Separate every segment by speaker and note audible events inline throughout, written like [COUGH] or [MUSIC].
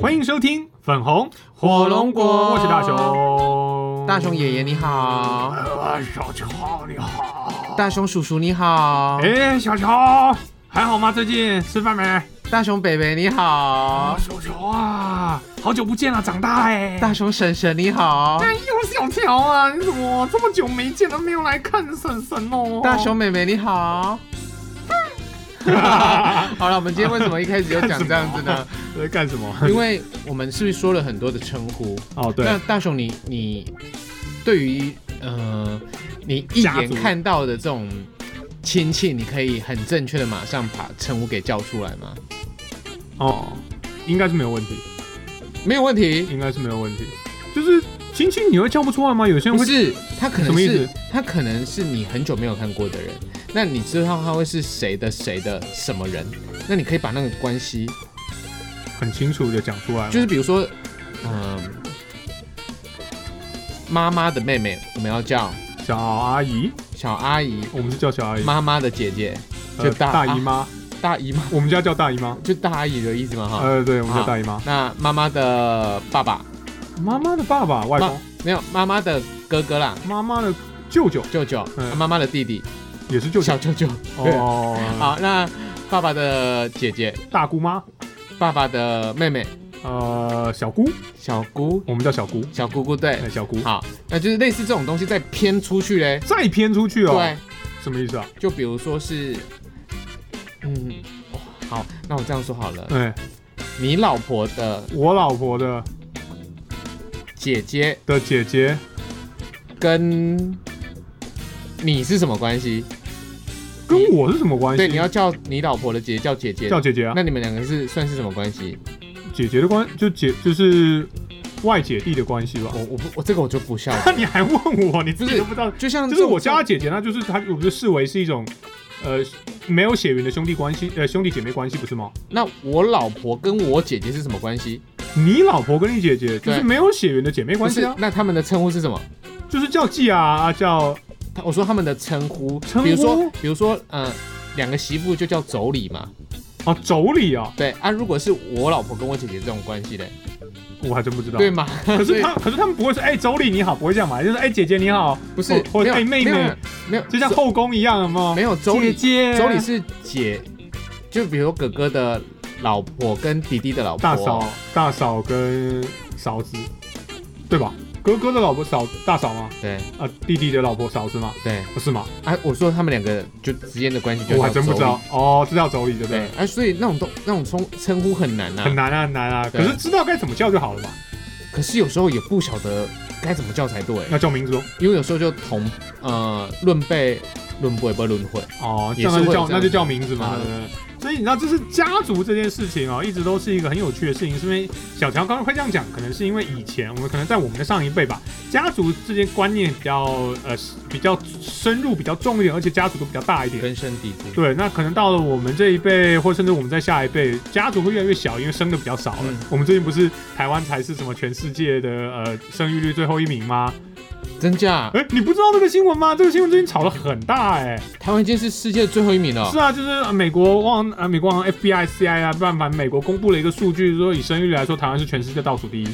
Speaker 1: 欢迎收听粉红
Speaker 2: 火龙果
Speaker 1: 我是大雄。
Speaker 2: 大雄爷爷你好，
Speaker 1: 啊，小超你好。
Speaker 2: 大雄叔叔你好，
Speaker 1: 哎，小超还好吗？最近吃饭没？
Speaker 2: 大雄北北你
Speaker 1: 啊，
Speaker 2: 好，
Speaker 1: 小乔啊，好久不见了，长大哎。
Speaker 2: 大雄婶婶你好，
Speaker 1: 哎呦，小乔啊，你怎么这么久没见了，没有来看婶婶哦？
Speaker 2: 大雄妹妹你好。 [LAUGHS] 好了，我们今天为什么一开始就讲这样子呢？
Speaker 1: 在干什么？
Speaker 2: 因为我们是不是说了很多的称呼？
Speaker 1: [LAUGHS] 哦，
Speaker 2: 那，大雄你你对于呃你一
Speaker 1: 家
Speaker 2: 眼
Speaker 1: 族
Speaker 2: 看到的这种亲戚，你可以很正确的马上把称呼给叫出来吗？
Speaker 1: 哦，应该是没有问题，
Speaker 2: 没有问题。
Speaker 1: 应该是没有问题。就是亲戚你会叫不出来吗？有些人
Speaker 2: 不
Speaker 1: 会
Speaker 2: 是，他可
Speaker 1: 什
Speaker 2: 能
Speaker 1: 么意
Speaker 2: 是
Speaker 1: 思
Speaker 2: 他可能是你很久没有看过的人，那你知道他会是谁的谁的什么人？那你可以把那个关系，
Speaker 1: 很清楚的讲出来吗，
Speaker 2: 就是比如说，嗯、妈妈的妹妹，我们要叫
Speaker 1: 小阿姨，
Speaker 2: 小阿姨；
Speaker 1: 我们是叫小阿姨，
Speaker 2: 妈妈的姐姐
Speaker 1: 呃
Speaker 2: 就大啊
Speaker 1: 大姨妈，
Speaker 2: 大姨妈，
Speaker 1: 我们家叫大姨妈。
Speaker 2: 就大阿姨的意思嘛哈。
Speaker 1: 呃，对，我们叫
Speaker 2: 好
Speaker 1: 大姨妈。
Speaker 2: 那妈妈的爸爸
Speaker 1: 妈妈的爸爸、外公、
Speaker 2: 没有，妈妈的哥哥啦，
Speaker 1: 妈妈的舅舅
Speaker 2: 舅舅，
Speaker 1: 嗯
Speaker 2: 啊妈妈的弟弟，
Speaker 1: 也是舅舅
Speaker 2: 小。舅舅。对，啊
Speaker 1: 哦，
Speaker 2: 好，那爸爸的姐姐，
Speaker 1: 大姑妈，
Speaker 2: 爸爸的妹妹，
Speaker 1: 呃，小姑，
Speaker 2: 小姑，
Speaker 1: 我们叫小姑，
Speaker 2: 小姑姑对
Speaker 1: 哎，。小姑。
Speaker 2: 好，那就是类似这种东西再偏出去嘞。
Speaker 1: 再偏出去哦，
Speaker 2: 对，
Speaker 1: 什么意思啊？
Speaker 2: 就比如说是，嗯，哇好，那我这样说好了，
Speaker 1: 哎，
Speaker 2: 你老婆的
Speaker 1: 我老婆的
Speaker 2: 姐姐
Speaker 1: 的姐姐，
Speaker 2: 跟你是什么关系？
Speaker 1: 跟
Speaker 2: 你
Speaker 1: 我是什么关系？
Speaker 2: 对，你要叫你老婆的姐姐叫姐姐，
Speaker 1: 叫姐姐啊，
Speaker 2: 那你们两个是算是什么关系？
Speaker 1: 姐姐的关就姐就是外姐弟的关系吧。
Speaker 2: 哦我我不我这个我就不笑
Speaker 1: [LAUGHS] 那你还问我，你自己都不知道，
Speaker 2: 就像
Speaker 1: [LAUGHS] 就是我
Speaker 2: 这
Speaker 1: 叫
Speaker 2: 种
Speaker 1: 她姐姐，那就是她，我不是视为是一种，呃，没有血缘的兄弟关系，呃，兄弟姐妹关系不是吗？
Speaker 2: 那我老婆跟我姐姐是什么关系？
Speaker 1: 你老婆跟你姐姐就是
Speaker 2: 对
Speaker 1: 没有血缘的姐妹关系啊
Speaker 2: 不，是那他们的称呼是什么？
Speaker 1: 就是叫季啊啊叫
Speaker 2: 他我说他们的称呼，
Speaker 1: 称呼
Speaker 2: 比如说比如说呃，两个媳妇就叫妯娌嘛，
Speaker 1: 啊妯娌啊，
Speaker 2: 对啊。如果是我老婆跟我姐姐这种关系嘞，
Speaker 1: 我还真不知道。
Speaker 2: 对吗？
Speaker 1: 可
Speaker 2: 所
Speaker 1: 是
Speaker 2: 以
Speaker 1: 他可是他们不会说哎妯娌你好，不会这样嘛，就是哎姐姐你好，
Speaker 2: 不是
Speaker 1: 或或
Speaker 2: 没有
Speaker 1: 哎妹妹
Speaker 2: 没有没有，
Speaker 1: 就像后宫一样，有没有？
Speaker 2: 没有妯娌，
Speaker 1: 姐啊
Speaker 2: 妯娌是姐，就比如哥哥的老婆跟弟弟的老婆，
Speaker 1: 大嫂、大嫂跟嫂子，对吧？哥哥的老婆嫂大嫂吗？
Speaker 2: 对
Speaker 1: 啊，弟弟的老婆嫂子吗？
Speaker 2: 对
Speaker 1: 不是吗？
Speaker 2: 啊，我说他们两个就之间的关系就
Speaker 1: 我还真不知
Speaker 2: 叫妯
Speaker 1: 道
Speaker 2: 娌。
Speaker 1: 哦，知道妯娌对不
Speaker 2: 对
Speaker 1: 对？
Speaker 2: 啊，所以那种东那种称称呼很难呐、
Speaker 1: 很难啊，很难啊。可
Speaker 2: 对
Speaker 1: 是知道该怎么叫就好了嘛。
Speaker 2: 可是有时候也不晓得该怎么叫才对，
Speaker 1: 要叫名字哦
Speaker 2: 因为有时候就同呃论辈论辈不论会，
Speaker 1: 哦，这
Speaker 2: 也是
Speaker 1: 样那就
Speaker 2: 会有
Speaker 1: 叫
Speaker 2: 这样
Speaker 1: 那就叫名字嘛。
Speaker 2: 嗯
Speaker 1: 对不对所以你知道，这是家族这件事情哦，一直都是一个很有趣的事情。是因为小乔刚刚会这样讲，可能是因为以前我们可能在我们的上一辈吧，家族这些观念比较呃比较深入、比较重一点，而且家族都比较大一点。
Speaker 2: 根深蒂固。
Speaker 1: 对，那可能到了我们这一辈，或甚至我们在下一辈，家族会越来越小，因为生的比较少了。
Speaker 2: 嗯
Speaker 1: 我们最近不是台湾才是什么全世界的呃生育率最后一名吗？
Speaker 2: 真假？
Speaker 1: 哎、你不知道这个新闻吗？这个新闻最近吵得很大哎、
Speaker 2: 台湾已经是世界最后一名了
Speaker 1: 是。啊，就是呃美国忘呃美国好像 FBI、CIA 啊，办反美国公布了一个数据，说以生育率来说，台湾是全世界倒数第一。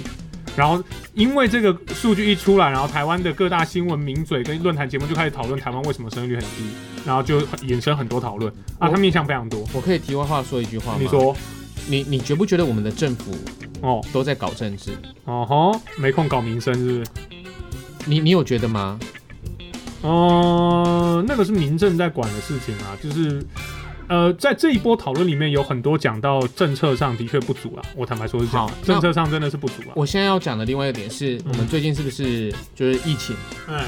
Speaker 1: 然后因为这个数据一出来，然后台湾的各大新闻名嘴跟论坛节目就开始讨论台湾为什么生育率很低，然后就衍生很多讨论啊，
Speaker 2: 我
Speaker 1: 它面向非常多。
Speaker 2: 我可以题外话说一句话吗？
Speaker 1: 你，说
Speaker 2: 你你觉不觉得我们的政府
Speaker 1: 哦
Speaker 2: 都在搞政治？
Speaker 1: 哦吼，没空搞民生是不是？
Speaker 2: 你你有觉得吗？
Speaker 1: 哦、那个是民政在管的事情啊，就是。呃，在这一波讨论里面，有很多讲到政策上的确不足啊。我坦白说是这样
Speaker 2: 好，那
Speaker 1: 政策上真的是不足啊。
Speaker 2: 我现在要讲的另外一个点是，我们最近是不是就是疫情、
Speaker 1: 嗯，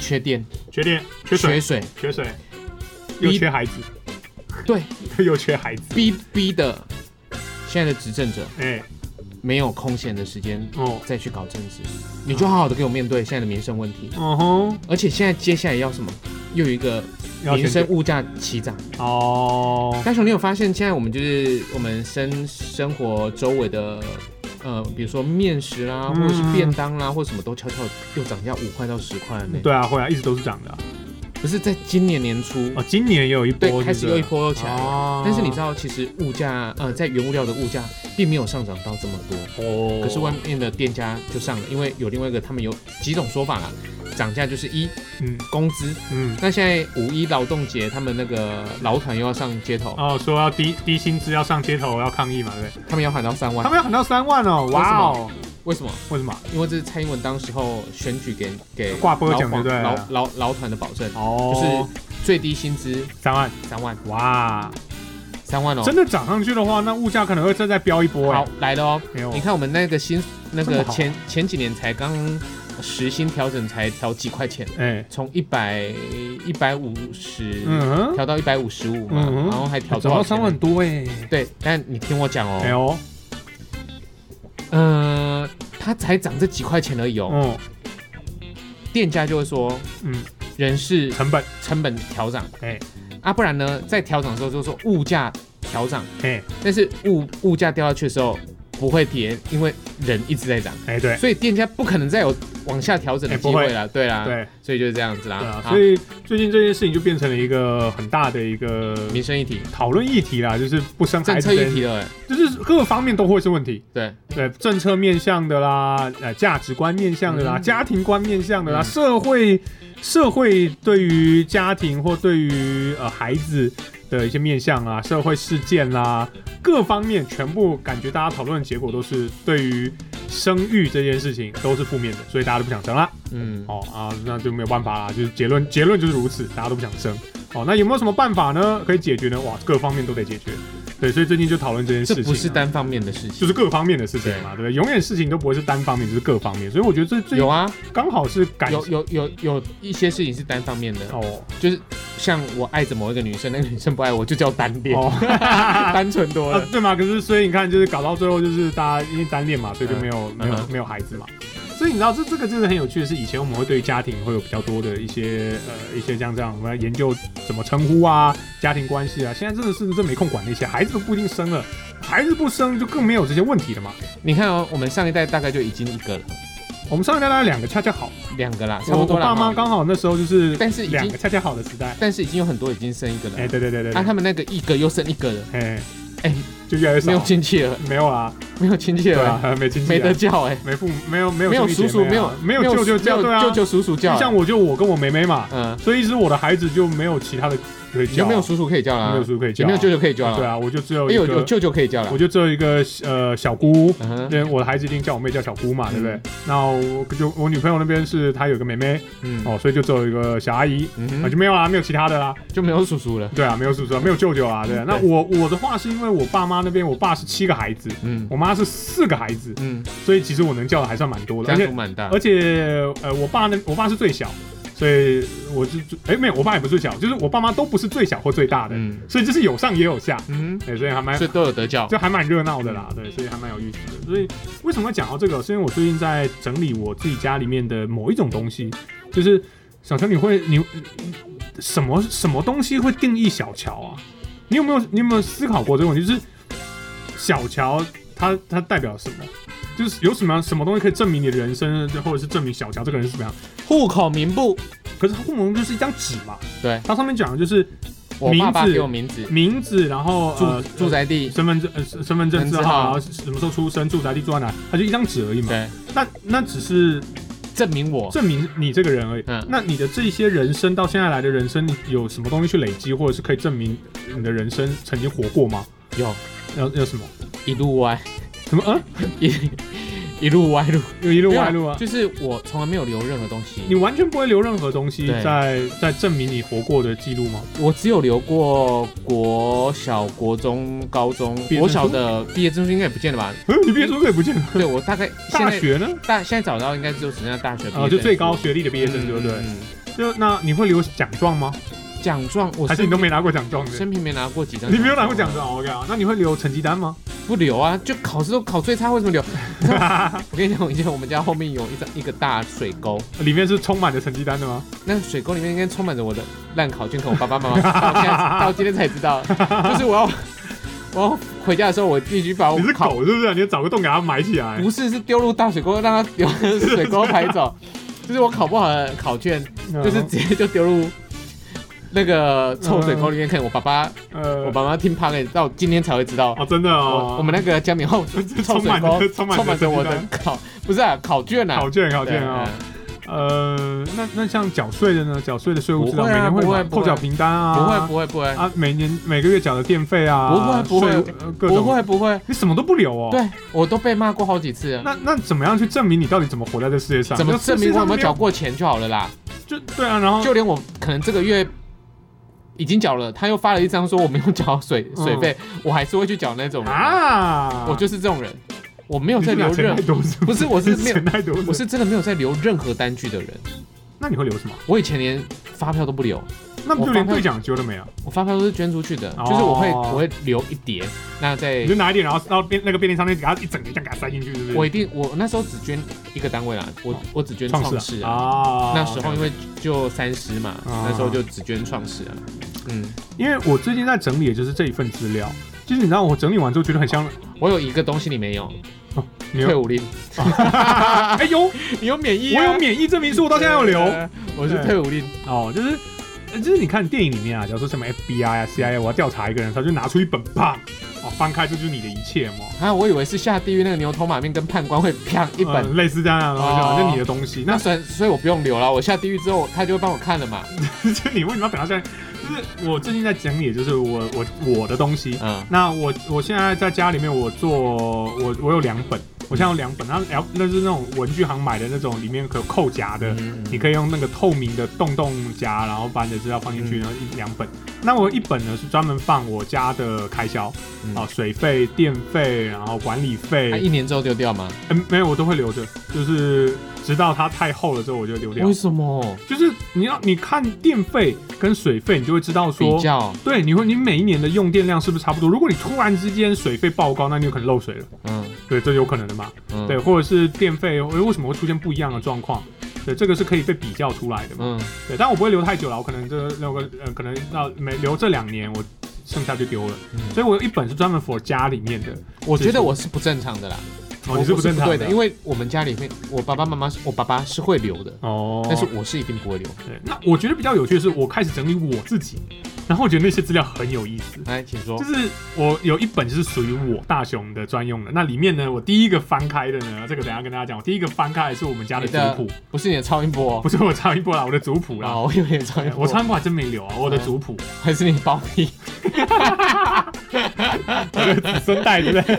Speaker 2: 缺电、
Speaker 1: 缺电、缺水、
Speaker 2: 水，
Speaker 1: 缺水，又缺孩子，
Speaker 2: 对，
Speaker 1: 又缺孩子。
Speaker 2: 逼逼的现在的执政者
Speaker 1: 哎、
Speaker 2: 没有空闲的时间
Speaker 1: 哦，
Speaker 2: 再去搞政治，你就好好的给我面对现在的民生问题。
Speaker 1: 哦吼，
Speaker 2: 而且现在接下来要什么？又有一个
Speaker 1: 要
Speaker 2: 民
Speaker 1: 选
Speaker 2: 生
Speaker 1: 举
Speaker 2: 物价齐涨。
Speaker 1: 哦，
Speaker 2: 大雄，你有发现现在我们就是我们生生活周围的呃，比如说面食啊啦，
Speaker 1: 嗯
Speaker 2: 啊或者是便当啦，或者什么都悄悄又涨价五块到十块了呢？
Speaker 1: 对啊，会啊，一直都是这样的啊、
Speaker 2: 不是在今年年初，
Speaker 1: 哦，今年也有一波
Speaker 2: 对
Speaker 1: 是不，是，
Speaker 2: 开始又一波又起来了。
Speaker 1: 哦
Speaker 2: 但是你知道，其实物价呃，在原物料的物价并没有上涨到这么多，
Speaker 1: 哦，
Speaker 2: 可是外面的店家就上了，因为有另外一个他们有几种说法啦，涨价就是一
Speaker 1: 嗯
Speaker 2: 工资，
Speaker 1: 嗯
Speaker 2: 那现在五一劳动节他们那个劳团又要上街头，
Speaker 1: 哦，说要低低薪资要上街头要抗议嘛，对不对？
Speaker 2: 他们要喊到三
Speaker 1: 他
Speaker 2: 万，
Speaker 1: 们要喊到三万哦，哇哦，
Speaker 2: 为什么？
Speaker 1: 为什么？
Speaker 2: 因为这是蔡英文当时候选举给给
Speaker 1: 挂波
Speaker 2: 劳
Speaker 1: 奖
Speaker 2: 团
Speaker 1: 对不对
Speaker 2: 劳劳劳团的保证，
Speaker 1: 哦
Speaker 2: 就，是最低薪资
Speaker 1: 三万，
Speaker 2: 三万，
Speaker 1: 哇，
Speaker 2: 三万哦。
Speaker 1: 真的涨上去的话，那物价可能会再再飙一波哎
Speaker 2: 好，来了哦，
Speaker 1: 没有
Speaker 2: 你看我们那个薪那
Speaker 1: 这么
Speaker 2: 个
Speaker 1: 好啊
Speaker 2: 前前几年才刚呃时薪调整才调几块钱，
Speaker 1: 哎，
Speaker 2: 从一百一百五十
Speaker 1: 嗯哼，
Speaker 2: 调到一百五十五嘛
Speaker 1: 嗯，哼
Speaker 2: 然后还调
Speaker 1: 涨
Speaker 2: 多少
Speaker 1: 到
Speaker 2: 钱
Speaker 1: 三
Speaker 2: 呢
Speaker 1: 万多哎，
Speaker 2: 对，但你听我讲哦，
Speaker 1: 哎呦，
Speaker 2: 呃，它才涨这几块钱而已哦，
Speaker 1: 哦，
Speaker 2: 店家就会说
Speaker 1: 嗯，
Speaker 2: 人事
Speaker 1: 成本，
Speaker 2: 成本调涨，
Speaker 1: 哎
Speaker 2: 啊，不然呢，在调涨的时候就说物价调涨，
Speaker 1: 哎
Speaker 2: 但是物物价掉下去的时候不会跌，因为人一直在涨，
Speaker 1: 哎，对
Speaker 2: 所以店家不可能再有往下调整的
Speaker 1: 哎不
Speaker 2: 机
Speaker 1: 会
Speaker 2: 会了，对啦，
Speaker 1: 对
Speaker 2: 所以就是这样子
Speaker 1: 对啊
Speaker 2: 啦，，好
Speaker 1: 所，以最近这件事情就变成了一个很大的一个
Speaker 2: 民生议题，
Speaker 1: 讨论议题啦，就是不生孩
Speaker 2: 政
Speaker 1: 子
Speaker 2: 策
Speaker 1: 这
Speaker 2: 议
Speaker 1: 件，
Speaker 2: 题了、哎
Speaker 1: 就是各个方面都会是问题。
Speaker 2: 对，
Speaker 1: 对政策面向的啦，呃，价值观面向的啦，
Speaker 2: 嗯
Speaker 1: 家庭观面向的啦，
Speaker 2: 嗯
Speaker 1: 社会社会对于家庭或对于呃孩子的一些面向啊，社会事件啦，各方面全部感觉大家讨论的结果都是对于生育这件事情都是负面的，所以大家都不想生啦。
Speaker 2: 嗯，
Speaker 1: 哦啊，那就没有办法啦，就是结论结论就是如此，大家都不想生。哦，那有没有什么办法呢？可以解决呢？哇，各方面都得解决。对，所以最近就讨论这件事
Speaker 2: 这
Speaker 1: 情、啊。
Speaker 2: 不是单方面的事情，
Speaker 1: 就是各方面的事情嘛，对不对？永远事情都不会是单方面，就是各方面。所以我觉得这
Speaker 2: 有
Speaker 1: 这
Speaker 2: 啊，
Speaker 1: 刚好是感
Speaker 2: 有有有有一些事情是单方面的，
Speaker 1: 哦
Speaker 2: 就是像我爱着某一个女生，那个女生不爱我，就叫单恋，
Speaker 1: 哦
Speaker 2: [LAUGHS] 单纯多
Speaker 1: 啊 [LAUGHS]
Speaker 2: 了。，
Speaker 1: 对嘛？可是所以你看，就是搞到最后，就是大家因为单恋嘛，所以就
Speaker 2: 嗯
Speaker 1: 没有没有
Speaker 2: 嗯
Speaker 1: 没有孩子嘛。所以你知道这这个就是很有趣的是，以前我们会对于家庭会有比较多的一些呃一些像这样，我们要研究怎么称呼啊，家庭关系啊。现在真的是真没空管那些，孩子都不一定生了，孩子不生就更没有这些问题了嘛。
Speaker 2: 你看哦，我们上一代大概就已经一个了，
Speaker 1: 我们上一代大概两个恰恰好，
Speaker 2: 两个啦，
Speaker 1: 我
Speaker 2: 差不
Speaker 1: 我
Speaker 2: 多啦。
Speaker 1: 爸妈
Speaker 2: 哈
Speaker 1: 刚好那时候就是
Speaker 2: 但是已
Speaker 1: 两
Speaker 2: 经
Speaker 1: 个，恰恰好的时代。
Speaker 2: 但是已经有很多已经生一个了。
Speaker 1: 哎，对对对对对
Speaker 2: 啊，。他们那个一个又生一个了，
Speaker 1: 哎，
Speaker 2: 哎
Speaker 1: 就越来越少，
Speaker 2: 没有亲戚了， [LAUGHS]
Speaker 1: 没有啦，
Speaker 2: 没有亲戚
Speaker 1: 对
Speaker 2: 了，
Speaker 1: 啊，没亲戚啊，
Speaker 2: 没得叫哎，
Speaker 1: 没父母，没有没有
Speaker 2: 没有
Speaker 1: 兄弟姐
Speaker 2: 叔叔，
Speaker 1: 妹
Speaker 2: 没有
Speaker 1: 啊没有舅舅叫，对
Speaker 2: 没有
Speaker 1: 啊，
Speaker 2: 舅舅叔叔叫
Speaker 1: 就，像我就我跟我妹妹嘛，
Speaker 2: 嗯，
Speaker 1: 所以一直我的孩子就没有其他的可以
Speaker 2: 你
Speaker 1: 叫
Speaker 2: 就
Speaker 1: 啊，
Speaker 2: 没有叔叔可以叫啦
Speaker 1: 没有，叔可以
Speaker 2: 也
Speaker 1: 叫啊，
Speaker 2: 没有舅舅可以叫
Speaker 1: 对
Speaker 2: 啦，
Speaker 1: 啊，我就只有
Speaker 2: 哎
Speaker 1: 一
Speaker 2: 有有
Speaker 1: 个，
Speaker 2: 舅舅可以叫啦
Speaker 1: 我，就只有一个呃小姑。
Speaker 2: 嗯哼，
Speaker 1: 对，我的孩子一定叫我妹叫小姑嘛，对不对
Speaker 2: 嗯？
Speaker 1: 那我就我女朋友那边是她有个妹妹
Speaker 2: 嗯
Speaker 1: 哦，所以就只有一个小阿姨
Speaker 2: 嗯
Speaker 1: 啊，
Speaker 2: 哼，
Speaker 1: 就没有啦，没有其他的啦。啊
Speaker 2: 就没有叔叔了，
Speaker 1: 对啊，没有叔叔啊，没有舅舅啊，对啊。那
Speaker 2: 嗯对
Speaker 1: 我我的话是因为我爸妈那边，我爸是七个孩子，
Speaker 2: 嗯
Speaker 1: 我妈是四个孩子，
Speaker 2: 嗯，
Speaker 1: 所以其实我能叫的还算蛮多的，
Speaker 2: 家
Speaker 1: 而
Speaker 2: 族
Speaker 1: 且
Speaker 2: 蛮大，
Speaker 1: 而且呃，我爸呢，我爸是最小，所以我就哎、没有，我爸也不是最小，就是我爸妈都不是最小或最大的，
Speaker 2: 嗯
Speaker 1: 所以就是有上也有下，哎
Speaker 2: 嗯
Speaker 1: 对，所以还蛮
Speaker 2: 哼，所以都有得叫，
Speaker 1: 就还蛮热闹的
Speaker 2: 嗯
Speaker 1: 啦，对，所以还蛮有意思的。所以为什么会讲到这个？是因为我最近在整理我自己家里面的某一种东西，就是小乔，你会你什么什么东西会定义小乔啊？你有没有你有没有思考过这个问题？就是小乔他他代表什么？就是有什么什么东西可以证明你的人生，或者是证明小乔这个人是怎么样？
Speaker 2: 户口名簿，
Speaker 1: 可是户蒙就是一张纸嘛，
Speaker 2: 对
Speaker 1: 它上面讲的就是
Speaker 2: 我
Speaker 1: 名
Speaker 2: 爸爸
Speaker 1: 字
Speaker 2: 给我名字，
Speaker 1: 名字，然后
Speaker 2: 住
Speaker 1: 呃
Speaker 2: 住宅地，
Speaker 1: 身份证、呃、身身份证字
Speaker 2: 人字
Speaker 1: 号，
Speaker 2: 号
Speaker 1: 然后什么时候出生、住宅地住在哪，它就一张纸而已嘛。
Speaker 2: 对，
Speaker 1: 那那只是
Speaker 2: 证明我，
Speaker 1: 证明你这个人而已。
Speaker 2: 嗯
Speaker 1: 那你的这些人生到现在来的人生，你有什么东西去累积，或者是可以证明你的人生曾经活过吗？
Speaker 2: 有
Speaker 1: 要要什么？
Speaker 2: 一路歪，
Speaker 1: 什么？嗯，
Speaker 2: 一 [LAUGHS] 一路歪路，
Speaker 1: 有一路
Speaker 2: 没有
Speaker 1: 歪路啊！
Speaker 2: 就是我从来没有留任何东西，
Speaker 1: 你完全不会留任何东西
Speaker 2: 对
Speaker 1: 在在证明你活过的记录吗？
Speaker 2: 我只有留过国小、国中、高中
Speaker 1: 毕业证，书
Speaker 2: 国小的毕业证书应该也不见了
Speaker 1: [LAUGHS]
Speaker 2: 吧？
Speaker 1: 嗯，你毕业证书也不见了。
Speaker 2: 对我大概现
Speaker 1: 大
Speaker 2: 在
Speaker 1: 学呢？
Speaker 2: 大现在找到应该就只剩下大学毕业证
Speaker 1: 啊，
Speaker 2: 书
Speaker 1: 就最高学历的毕业
Speaker 2: 嗯
Speaker 1: 证，对不对？
Speaker 2: 嗯
Speaker 1: 就那你会留奖状吗？
Speaker 2: 奖状我
Speaker 1: 还是你都
Speaker 2: 生平
Speaker 1: 没拿过奖状的？
Speaker 2: 生平没拿过几张，
Speaker 1: 你没有拿过奖，状，OK 啊？那你会留成绩单吗？
Speaker 2: 不留啊，就考试都考最差，为
Speaker 1: [LAUGHS]
Speaker 2: 什么留？ [LAUGHS] 你知道我跟你讲，以前我们家后面有一张一个大水沟，
Speaker 1: 里面是充满了成绩单的吗？
Speaker 2: 那水沟里面应该充满着我的烂考卷跟我爸爸妈妈。到现在到今天才知道，就是我要 [LAUGHS] 我要回家的时候，我必须把我
Speaker 1: 你是
Speaker 2: 哦考
Speaker 1: 狗是不是？啊你要找个洞给它埋起来。
Speaker 2: 不是是丢入大水沟，让它
Speaker 1: [LAUGHS]
Speaker 2: 流水沟排走。就是我考不好的考卷，
Speaker 1: 嗯
Speaker 2: 就是直接就丢入那个臭水沟里面看我爸爸，
Speaker 1: 呃，
Speaker 2: 我爸妈听 p o 到今天才会知道。
Speaker 1: 哦，真的哦
Speaker 2: 我，我们那个江米后 [LAUGHS] 臭
Speaker 1: 充
Speaker 2: 水
Speaker 1: 满
Speaker 2: 沟
Speaker 1: 着充满着
Speaker 2: 着我的
Speaker 1: 圣
Speaker 2: 考，不是啊，考卷啊，
Speaker 1: 考卷考卷
Speaker 2: 对
Speaker 1: 啊，
Speaker 2: 嗯
Speaker 1: 呃，那那像缴税的呢？缴税的税务知道
Speaker 2: 不
Speaker 1: 每
Speaker 2: 会啊
Speaker 1: 年会
Speaker 2: 不会
Speaker 1: 有
Speaker 2: 不会
Speaker 1: 扣缴凭单啊，
Speaker 2: 不会不会不会
Speaker 1: 啊，每年每个月缴的电费啊，
Speaker 2: 不会不会
Speaker 1: 税务呃各
Speaker 2: 不
Speaker 1: 种，
Speaker 2: 会不会，
Speaker 1: 你什么都不留哦。，
Speaker 2: 对我都被骂过好几次了。
Speaker 1: 那那怎么样去证明你到底怎么活在这世界上？
Speaker 2: 怎么
Speaker 1: 就
Speaker 2: 证明我有没有缴
Speaker 1: 啊世
Speaker 2: 过钱就好了啦？
Speaker 1: 界上没有？就对啊，然后
Speaker 2: 就连我可能这个月已经缴了，他又发了一张说我没有缴水
Speaker 1: 嗯
Speaker 2: 水费，我还是会去缴那种人啊。
Speaker 1: 啊，
Speaker 2: 我就是这种人，我没有
Speaker 1: 你
Speaker 2: 在
Speaker 1: 是
Speaker 2: 留
Speaker 1: 拿钱
Speaker 2: 任
Speaker 1: 太，多是
Speaker 2: 不是我是
Speaker 1: 你
Speaker 2: 没有
Speaker 1: 钱太多，
Speaker 2: 我是真的没有在留任何单据的人。
Speaker 1: 那你会留什么？
Speaker 2: 我以前连发票都不留，
Speaker 1: 那不就
Speaker 2: 我
Speaker 1: 连
Speaker 2: 放
Speaker 1: 兑奖金都没有？
Speaker 2: 我发票都是捐出去的，
Speaker 1: 哦
Speaker 2: 就是我会我会留一叠，那在
Speaker 1: 你就拿一点，然后到便那个便利商店给他一整个这样给他塞进去，是不是？
Speaker 2: 我一定我那时候只捐一个单位啦，我我只捐创世啊。
Speaker 1: 啊，
Speaker 2: 那时候因为就三十嘛，
Speaker 1: 哦
Speaker 2: 那时候就只捐创世啊。嗯，
Speaker 1: 因为我最近在整理的就是这一份资料，就是你知道我整理完之后觉得很像
Speaker 2: 我有一个东西你没有，
Speaker 1: 没
Speaker 2: 退
Speaker 1: 有，
Speaker 2: 伍令，
Speaker 1: 哎有，我
Speaker 2: 你有免疫、啊
Speaker 1: 有免疫证明书，我到现在要
Speaker 2: [LAUGHS]
Speaker 1: 留
Speaker 2: 对，我是退伍令，
Speaker 1: 哦，就是。呃就是你看电影里面啊，假如说什么 FBI 啊、CIA，我要调查一个人，他就拿出一本啪，哦，翻开这就是你的一切嘛，
Speaker 2: 啊，我以为是下地狱那个牛头马面跟判官会啪一本，
Speaker 1: 呃类似这样的东西，
Speaker 2: 哦
Speaker 1: 那你的东西，那 [LAUGHS]
Speaker 2: 那所以所以我不用留了，我下地狱之后他就会帮我看了嘛，
Speaker 1: 就是你为什么要等到现在？就是我最近在整理，就是我我我的东西，
Speaker 2: 嗯，
Speaker 1: 那我我现在在家里面，我做我我有两本，我现在有两本，然后两那是那种文具行买的那种，里面可扣夹的，
Speaker 2: 嗯
Speaker 1: 你可以用那个透明的洞洞夹，然后把你的资料放进去，
Speaker 2: 嗯
Speaker 1: 然后一两本。那我有一本呢是专门放我家的开销，
Speaker 2: 嗯
Speaker 1: 啊，水费、电费，然后管理费
Speaker 2: 那、，一年之后丢掉吗？
Speaker 1: 嗯、没有我都会留着，就是直到它太厚了之后我就留掉
Speaker 2: 为。什么？
Speaker 1: 就是你要你看电费跟水费，你就会知道说
Speaker 2: 比较，
Speaker 1: 对，你会你每一年的用电量是不是差不多？如果你突然之间水费爆高，那你有可能漏水了，
Speaker 2: 嗯
Speaker 1: 对，这有可能的嘛。
Speaker 2: 嗯，
Speaker 1: 对，，或者是电费，诶为什么会出现不一样的状况？对，这个是可以被比较出来的嘛。
Speaker 2: 嗯，
Speaker 1: 对，但我不会留太久了，我可能这那个呃，可能到每留这两年，我剩下就丢了。
Speaker 2: 嗯
Speaker 1: 所以我有一本是专门 for 家里面的，
Speaker 2: 我觉得我是不正常的啦，
Speaker 1: 哦，你是不正常
Speaker 2: 我对的，因
Speaker 1: 为
Speaker 2: 为我们家里面我爸爸妈妈是我爸爸是会留的，
Speaker 1: 哦，
Speaker 2: 但是我是一定不会留。
Speaker 1: 对，那我觉得比较有趣的是，我开始整理我自己，然后我觉得那些资料很有意思。
Speaker 2: 来，哎请说
Speaker 1: 就。是我有一本是属于我大雄的专用的，那里面呢，我第一个翻开的呢，这个等一下跟大家讲，我第一个翻开的是我们家的
Speaker 2: 你
Speaker 1: 族
Speaker 2: 的
Speaker 1: 谱，
Speaker 2: 不是你的超音波哦
Speaker 1: 不，是我超音波啦，我的族谱啦，
Speaker 2: 啊，我有点超音
Speaker 1: 对
Speaker 2: 波，
Speaker 1: 我超音波还哦真没留啊，我的族谱，
Speaker 2: 还是你包
Speaker 1: [LAUGHS]
Speaker 2: 庇，
Speaker 1: 我的 [LAUGHS] 子孙代对不 [LAUGHS] 对？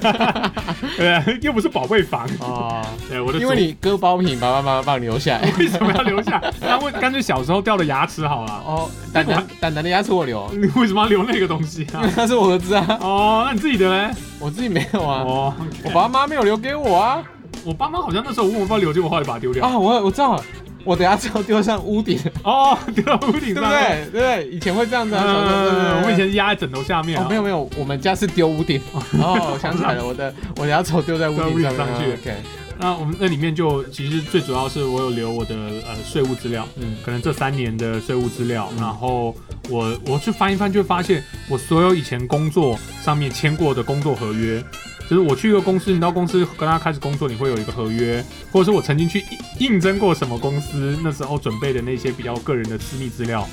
Speaker 1: 对，啊又不是宝贝房，
Speaker 2: 哦，
Speaker 1: [LAUGHS] 对，我的族
Speaker 2: [LAUGHS] 因为你割包皮，爸爸妈妈帮你留下来。
Speaker 1: [LAUGHS] 为什么要留下？那我干脆小时候掉的牙齿好了，
Speaker 2: 哦，蛋蛋蛋蛋的牙齿我留， [LAUGHS]
Speaker 1: 你为什么要留那个东西 [LAUGHS]
Speaker 2: 因
Speaker 1: 啊
Speaker 2: 为？他是我儿子啊，
Speaker 1: 哦，那你自己的嘞？
Speaker 2: 我自己没有啊，
Speaker 1: 哦，
Speaker 2: 我爸妈没有留给我啊。
Speaker 1: 我爸妈好像那时候问我要不要留，结果后来把它丢掉。
Speaker 2: 啊，我我知道了，我等下之后丢
Speaker 1: [LAUGHS]
Speaker 2: 上屋顶，
Speaker 1: 哦，丢到屋顶
Speaker 2: 对不
Speaker 1: 上，
Speaker 2: 对？对不对？以前会这样子啊，小时候对对
Speaker 1: 嗯，
Speaker 2: 对
Speaker 1: 我以前是压在枕头下面
Speaker 2: 哦，
Speaker 1: 啊
Speaker 2: 没。有没有，我们家是丢
Speaker 1: [LAUGHS]
Speaker 2: 屋顶。哦，我想起来了，我的我的牙头丢在屋顶上
Speaker 1: 丢在屋
Speaker 2: 啊
Speaker 1: 顶上去
Speaker 2: OK，
Speaker 1: 那我们那里面就其实最主要是我有留我的呃税务资料，
Speaker 2: 嗯，
Speaker 1: 可能这三年的税务资料，
Speaker 2: 嗯
Speaker 1: 然后我我去翻一翻，就会发现我所有以前工作上面签过的工作合约。就是我去一个公司，你到公司跟他开始工作，你会有一个合约，或者是我曾经去应应征过什么公司，那时候准备的那些比较个人的私密资料，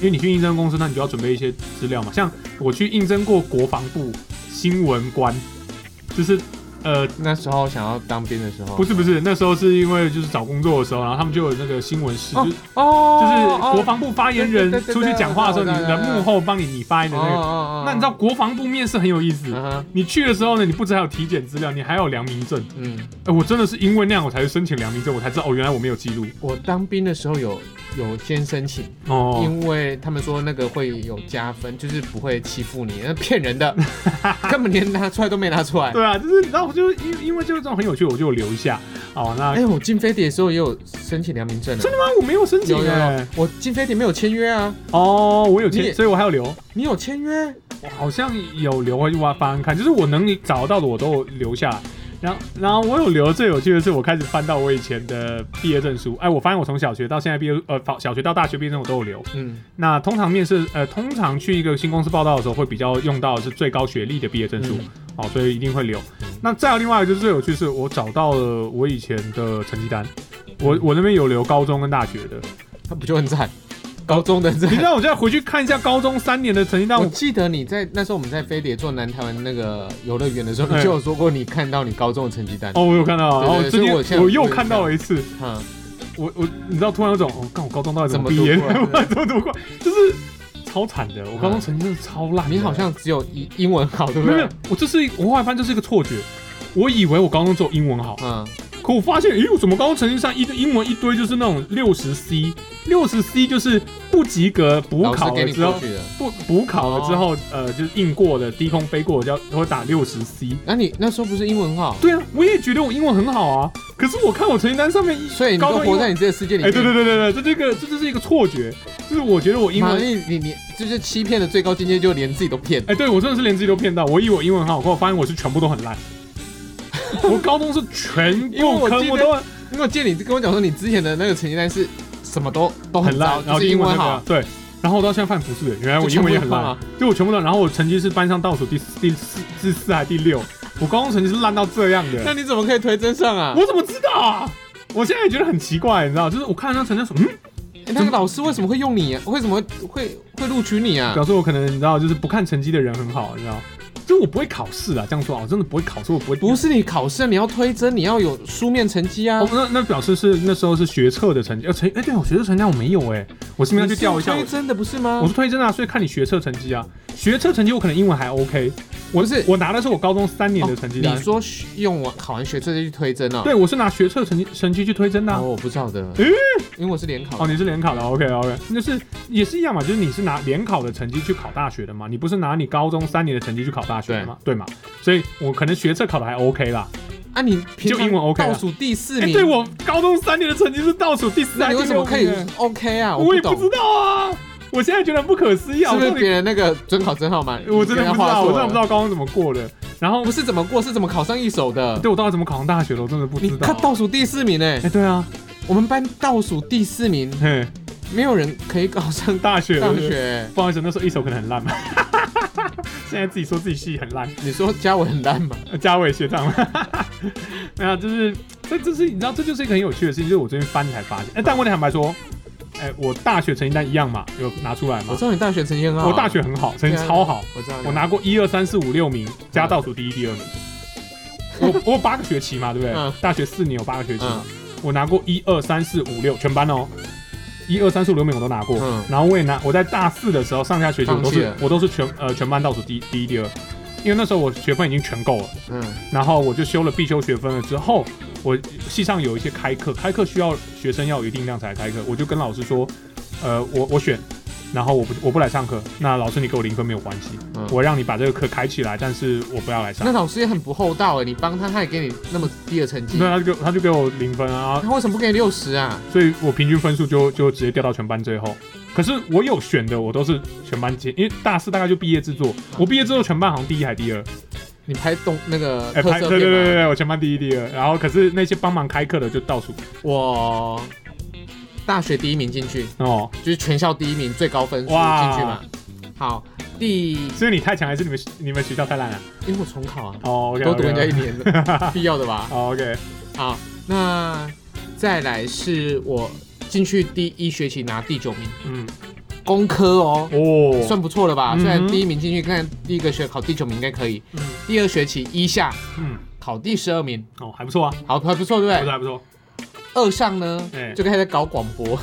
Speaker 1: 因为你去应征公司，那你就要准备一些资料嘛。像我去应征过国防部新闻官，就是呃
Speaker 2: 那时候想要当兵的时候，
Speaker 1: 不是不是，那时候是因为就是找工作的时候，然后他们就有那个新闻室，就
Speaker 2: 哦
Speaker 1: 是
Speaker 2: 哦，
Speaker 1: 就是国
Speaker 2: 哦
Speaker 1: 防部发言人
Speaker 2: 对对对对
Speaker 1: 出去讲话的时候，
Speaker 2: 我知道
Speaker 1: 你的
Speaker 2: 我知道
Speaker 1: 幕后帮你拟发言的那个。
Speaker 2: 哦
Speaker 1: 那你知道国防部面试很有意思，
Speaker 2: 嗯哼
Speaker 1: 你去的时候呢，你不只还有体检资料，你还有良民证。
Speaker 2: 嗯，
Speaker 1: 哎，我真的是因为那样我才去申请良民证，我才知道哦，原来我没有记录
Speaker 2: 我当兵的时候有有先申请，
Speaker 1: 哦。
Speaker 2: 因为他们说那个会有加分，就是不会欺负你，那骗
Speaker 1: [LAUGHS]
Speaker 2: 人的，根本连拿出来都没拿出来。
Speaker 1: 对啊，就是你知道，我就因因为就是这种很有趣，我就留一下。哦，那
Speaker 2: 哎，我进飞碟的时候也有申请良民证啊
Speaker 1: 真，的吗？我没有申请
Speaker 2: 有有
Speaker 1: 哎
Speaker 2: 有。，我进飞碟没有签约啊，
Speaker 1: 哦，我有
Speaker 2: 你
Speaker 1: 签，
Speaker 2: 也
Speaker 1: 所以我还要留。
Speaker 2: 你有签约？
Speaker 1: 我好像有留回去挖翻看，就是我能找到的我都留下来。然后，然后我有留最有趣的是，我开始翻到我以前的毕业证书。哎，我发现我从小学到现在毕业，呃，小小学到大学毕业证我都有留。
Speaker 2: 嗯
Speaker 1: 那通常面试，呃，通常去一个新公司报道的时候，会比较用到的是最高学历的毕业证书，
Speaker 2: 嗯
Speaker 1: 哦，所以一定会留。
Speaker 2: 嗯
Speaker 1: 那再有另外一个就是最有趣的是，我找到了我以前的成绩单，我我那边有留高中跟大学的，
Speaker 2: 那不就很惨？高中的这
Speaker 1: 你知道我现在回去看一下高中三年的成绩单，
Speaker 2: 我
Speaker 1: 我
Speaker 2: 记得你在那时候我们在飞碟做南台湾那个游乐园的
Speaker 1: [LAUGHS]
Speaker 2: 时候，
Speaker 1: 嗯
Speaker 2: 你就有说过你看到你高中的成绩单。
Speaker 1: 哦，我有看到，
Speaker 2: 对
Speaker 1: 然后最
Speaker 2: 对所以
Speaker 1: 近
Speaker 2: 我现在
Speaker 1: 我又看到了一次，
Speaker 2: 嗯，
Speaker 1: 我我你知道突然有种，我、哦、看我高中到底怎么
Speaker 2: 怎么
Speaker 1: 毕业，
Speaker 2: 度过
Speaker 1: 我
Speaker 2: 来
Speaker 1: [LAUGHS] 怎么读过，就是超惨的，我高中
Speaker 2: 嗯
Speaker 1: 成绩真的超烂的。
Speaker 2: 你好像只有英英文好，对不
Speaker 1: 没有，没
Speaker 2: 对
Speaker 1: 有？我这是一我后来发现这是一个错觉，我以为我高中只有英文好，
Speaker 2: 嗯，
Speaker 1: 可我发现，咦，我怎么高中成绩上一堆英文一堆就是那种六十 C，六十 C 就是不及格补
Speaker 2: 老师
Speaker 1: 考
Speaker 2: 给
Speaker 1: 了
Speaker 2: 你
Speaker 1: 之后
Speaker 2: 过。去的。哦
Speaker 1: 不补考了之后，呃，就是硬过的低空飞过的叫会打六十 C。
Speaker 2: 那你那时候不是英文好，
Speaker 1: 对啊，我也觉得我英文很好啊，可是我看我成绩单上面，
Speaker 2: 所以你
Speaker 1: 高
Speaker 2: 都
Speaker 1: 中英文
Speaker 2: 活在你自己的世界里
Speaker 1: 哎、
Speaker 2: 面。
Speaker 1: 对对对对对，这这个这就是一个错觉，就是我觉得我英
Speaker 2: 妈
Speaker 1: 文，哎、
Speaker 2: 你你你就是欺骗的最高境界，就连自己都骗。
Speaker 1: 对我真的是连自己都骗到，我以为我英文很好，可我发现我是全部都很烂。我高中是全
Speaker 2: [LAUGHS] 因为
Speaker 1: 部
Speaker 2: 我
Speaker 1: 科
Speaker 2: 记
Speaker 1: 目
Speaker 2: 得
Speaker 1: 都
Speaker 2: 因为我记得你跟我讲说，你之前的那个成绩单是什么都都
Speaker 1: 很
Speaker 2: 糟
Speaker 1: 烂，然后
Speaker 2: 哦就是英文好，
Speaker 1: 对，然后我到现在发现不是的，原来我英文也很烂。
Speaker 2: 啊。
Speaker 1: 对我全部烂，然后我成绩是班上倒数第四、第四、第四还是第六，我高中成绩是烂到这样
Speaker 2: 那
Speaker 1: 的，
Speaker 2: 你怎么可以推真上啊？
Speaker 1: 我怎么知道啊？我现在也觉得很奇怪，你知道，就是我看到那成绩什么，嗯，
Speaker 2: 哎那个老师为什么会用你、啊？为什么会会录取你啊？
Speaker 1: 表示我可能你知道，就是不看成绩的人很好，你知道，就是我不会考试啊，这样说啊，我真的不会考试，我不会。
Speaker 2: 不是你考试，你要推甄，你要有书面成绩啊
Speaker 1: 哦。，那那表示是那时候是学测的成绩，呃成哎、对我学测成绩我没有哎、我是不是要去调一下
Speaker 2: 你
Speaker 1: 我
Speaker 2: 是推？甄的不是吗？
Speaker 1: 我是推甄啊，所以看你学测成绩啊，学测成绩我可能英文还 OK，
Speaker 2: 我是哦
Speaker 1: 我拿的是我高中三年的成绩单，
Speaker 2: 你说学用完考完学测就去推甄哦？
Speaker 1: 对我是拿学测成绩成绩去推甄的、啊
Speaker 2: 哦，。我不知道的，
Speaker 1: 诶
Speaker 2: 因为我是联考
Speaker 1: 哦，。你是联考的，OK OK，那是也是一样嘛，就是你是拿联考的成绩去考大学的嘛，你不是拿你高中三年的成绩去考大学的嘛，对嘛？所以我可能学测考的还 OK 啦。
Speaker 2: 啊，你平常
Speaker 1: 就英文 OK 啊
Speaker 2: 倒数第四
Speaker 1: 哎、
Speaker 2: 名，
Speaker 1: 对我高中三年的成绩是倒数第四
Speaker 2: 那
Speaker 1: 还
Speaker 2: 你
Speaker 1: 是
Speaker 2: 为
Speaker 1: 第
Speaker 2: 什
Speaker 1: 六
Speaker 2: 么可以
Speaker 1: 名呢？
Speaker 2: OK
Speaker 1: [LAUGHS]
Speaker 2: 啊？
Speaker 1: 我也
Speaker 2: 不
Speaker 1: 不知
Speaker 2: 懂，
Speaker 1: 道啊，我现在觉得不可思议啊！
Speaker 2: [LAUGHS] 是
Speaker 1: 我
Speaker 2: 不是
Speaker 1: 到底
Speaker 2: 别人那个准考证号码？
Speaker 1: 我真的不知道，我真的不知
Speaker 2: 道，
Speaker 1: 道高中怎么过的。然后
Speaker 2: 不是怎么过，是怎么考上一手的？
Speaker 1: 对我到底怎么考上大学的，我真的不
Speaker 2: 你
Speaker 1: 知道
Speaker 2: 看。倒数第四名呢、
Speaker 1: 哎、对啊，
Speaker 2: 我们班倒数第四名，
Speaker 1: 嘿，
Speaker 2: 没有人可以考上
Speaker 1: 大学，
Speaker 2: 大
Speaker 1: 对不
Speaker 2: 学
Speaker 1: 对
Speaker 2: 欸。
Speaker 1: 不好意思，那时候一手可能很烂嘛， [LAUGHS] 现在自己说自己戏很烂。
Speaker 2: 你说嘉文很
Speaker 1: [LAUGHS]
Speaker 2: 烂吗？
Speaker 1: 呃嘉伟学长，没有，就是这，这是你知道，这就是一个很有趣的事情，就是我最近翻才发现。哎、但我坦白说，哎、我大学成绩单一样嘛，有拿出来
Speaker 2: 我
Speaker 1: 嘛？
Speaker 2: 知道你大学成绩很好啊，
Speaker 1: 我大学很好，成绩超好，
Speaker 2: 我知道你，
Speaker 1: 我拿过一二三四五六名，加倒数第一、第二名。我 [LAUGHS] 我有八个学期嘛，对不对？
Speaker 2: 嗯
Speaker 1: 大学四年有八个学期嘛，我拿过一二三四五六全班哦，一二三四五六名我都拿过。
Speaker 2: 嗯
Speaker 1: 然后我也拿，我在大四的时候上下学期我都
Speaker 2: 放弃
Speaker 1: 是
Speaker 2: 了
Speaker 1: 我都是全呃全班倒数第一第一第二，因为那时候我学分已经全够了。
Speaker 2: 嗯
Speaker 1: 然后我就修了必修学分了之后，我系上有一些开课，开课需要学生要有一定量才开课，我就跟老师说，呃，我我选，然后我不我不来上课，那老师你给我零分没有关系，
Speaker 2: 嗯
Speaker 1: 我让你把这个课开起来，但是我不要来上
Speaker 2: 那。老师也很不厚道哎，你帮他，他也给你那么低的成绩
Speaker 1: 对，，他啊就给我他就给我零分啊，
Speaker 2: 他为什么不给你六十啊？
Speaker 1: 所以我平均分数就就直接掉到全班最后。可是我有选的，我都是全班前，因为大四大概就毕业制作，我毕业之后全班好像第一还第二，
Speaker 2: 你拍动那个
Speaker 1: 哎、
Speaker 2: 特
Speaker 1: 排
Speaker 2: 色
Speaker 1: 对对对对
Speaker 2: 片吗？
Speaker 1: 对，我全班第一第二，然后可是那些帮忙开课的就倒数
Speaker 2: 我大学第一名进去，
Speaker 1: 哦，
Speaker 2: 就是全校第一名最高分数进去
Speaker 1: 哇
Speaker 2: 嘛。好，第
Speaker 1: 所以你太强还是你们你们学校太烂了？
Speaker 2: 因为我重考啊，
Speaker 1: 哦，OK，哦
Speaker 2: 多读人家一年
Speaker 1: [LAUGHS]
Speaker 2: 的，必要的吧？
Speaker 1: OK，
Speaker 2: 好，那再来是我进去第一学期拿第九名，
Speaker 1: 嗯，
Speaker 2: 工科哦，
Speaker 1: 哦，
Speaker 2: 算不错了吧？
Speaker 1: 嗯哼
Speaker 2: 虽然第一名进去，看第一个学考第九名应该可以，
Speaker 1: 嗯
Speaker 2: 第二学期一下
Speaker 1: 嗯，
Speaker 2: 考第十二名，
Speaker 1: 哦，还不错啊，
Speaker 2: 好，还不错，
Speaker 1: 不
Speaker 2: 对不
Speaker 1: 错
Speaker 2: 对？
Speaker 1: 还不错，
Speaker 2: 二上呢
Speaker 1: 哎 [LAUGHS]
Speaker 2: 就开始搞广播，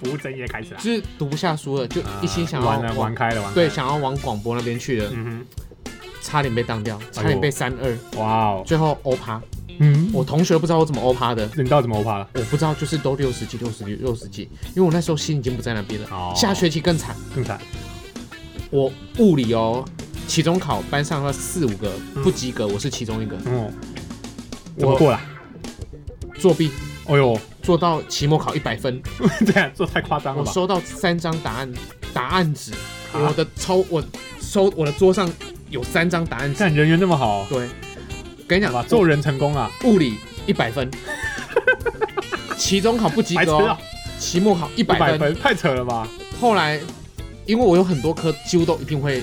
Speaker 1: 不务正业开始啊，啊
Speaker 2: 就是读不下书了，就一心想要
Speaker 1: 玩了，玩
Speaker 2: 往
Speaker 1: 开了，玩
Speaker 2: 对，，想要往广播那边去了，
Speaker 1: 嗯哎
Speaker 2: 差点被当掉，差点被三二，
Speaker 1: 哼，哇哦，
Speaker 2: 最后欧趴，
Speaker 1: 嗯，
Speaker 2: 我同学都不知道我怎么欧趴的。
Speaker 1: 你到底怎么欧趴了？
Speaker 2: 我不知道，就是都六十几、六十几、六十几，因为我那时候心已经不在那边了。
Speaker 1: 哦
Speaker 2: 下学期更惨，
Speaker 1: 更惨，
Speaker 2: 我物理哦，期中考班上了四五个
Speaker 1: 嗯
Speaker 2: 不及格，我是其中一个。
Speaker 1: 嗯，怎么
Speaker 2: 我
Speaker 1: 过来？
Speaker 2: 作弊
Speaker 1: 哦呦， [LAUGHS]
Speaker 2: 做到期末考一百分，
Speaker 1: 这样做太夸张了
Speaker 2: 我
Speaker 1: 吧？
Speaker 2: 收到三张答案答案纸，
Speaker 1: 啊
Speaker 2: 我的抽我收我的桌上有三张答案纸。
Speaker 1: 看人缘这么好，
Speaker 2: 对，跟你
Speaker 1: 好
Speaker 2: 讲
Speaker 1: 吧，做人成功啊，
Speaker 2: 物理一
Speaker 1: [LAUGHS]
Speaker 2: 百分，期中考不及
Speaker 1: 白痴
Speaker 2: 格、
Speaker 1: 啊
Speaker 2: 哦，，期末考一
Speaker 1: 一百
Speaker 2: 百分。
Speaker 1: 分，太扯了吧？
Speaker 2: 后来因为我有很多科几乎都一定会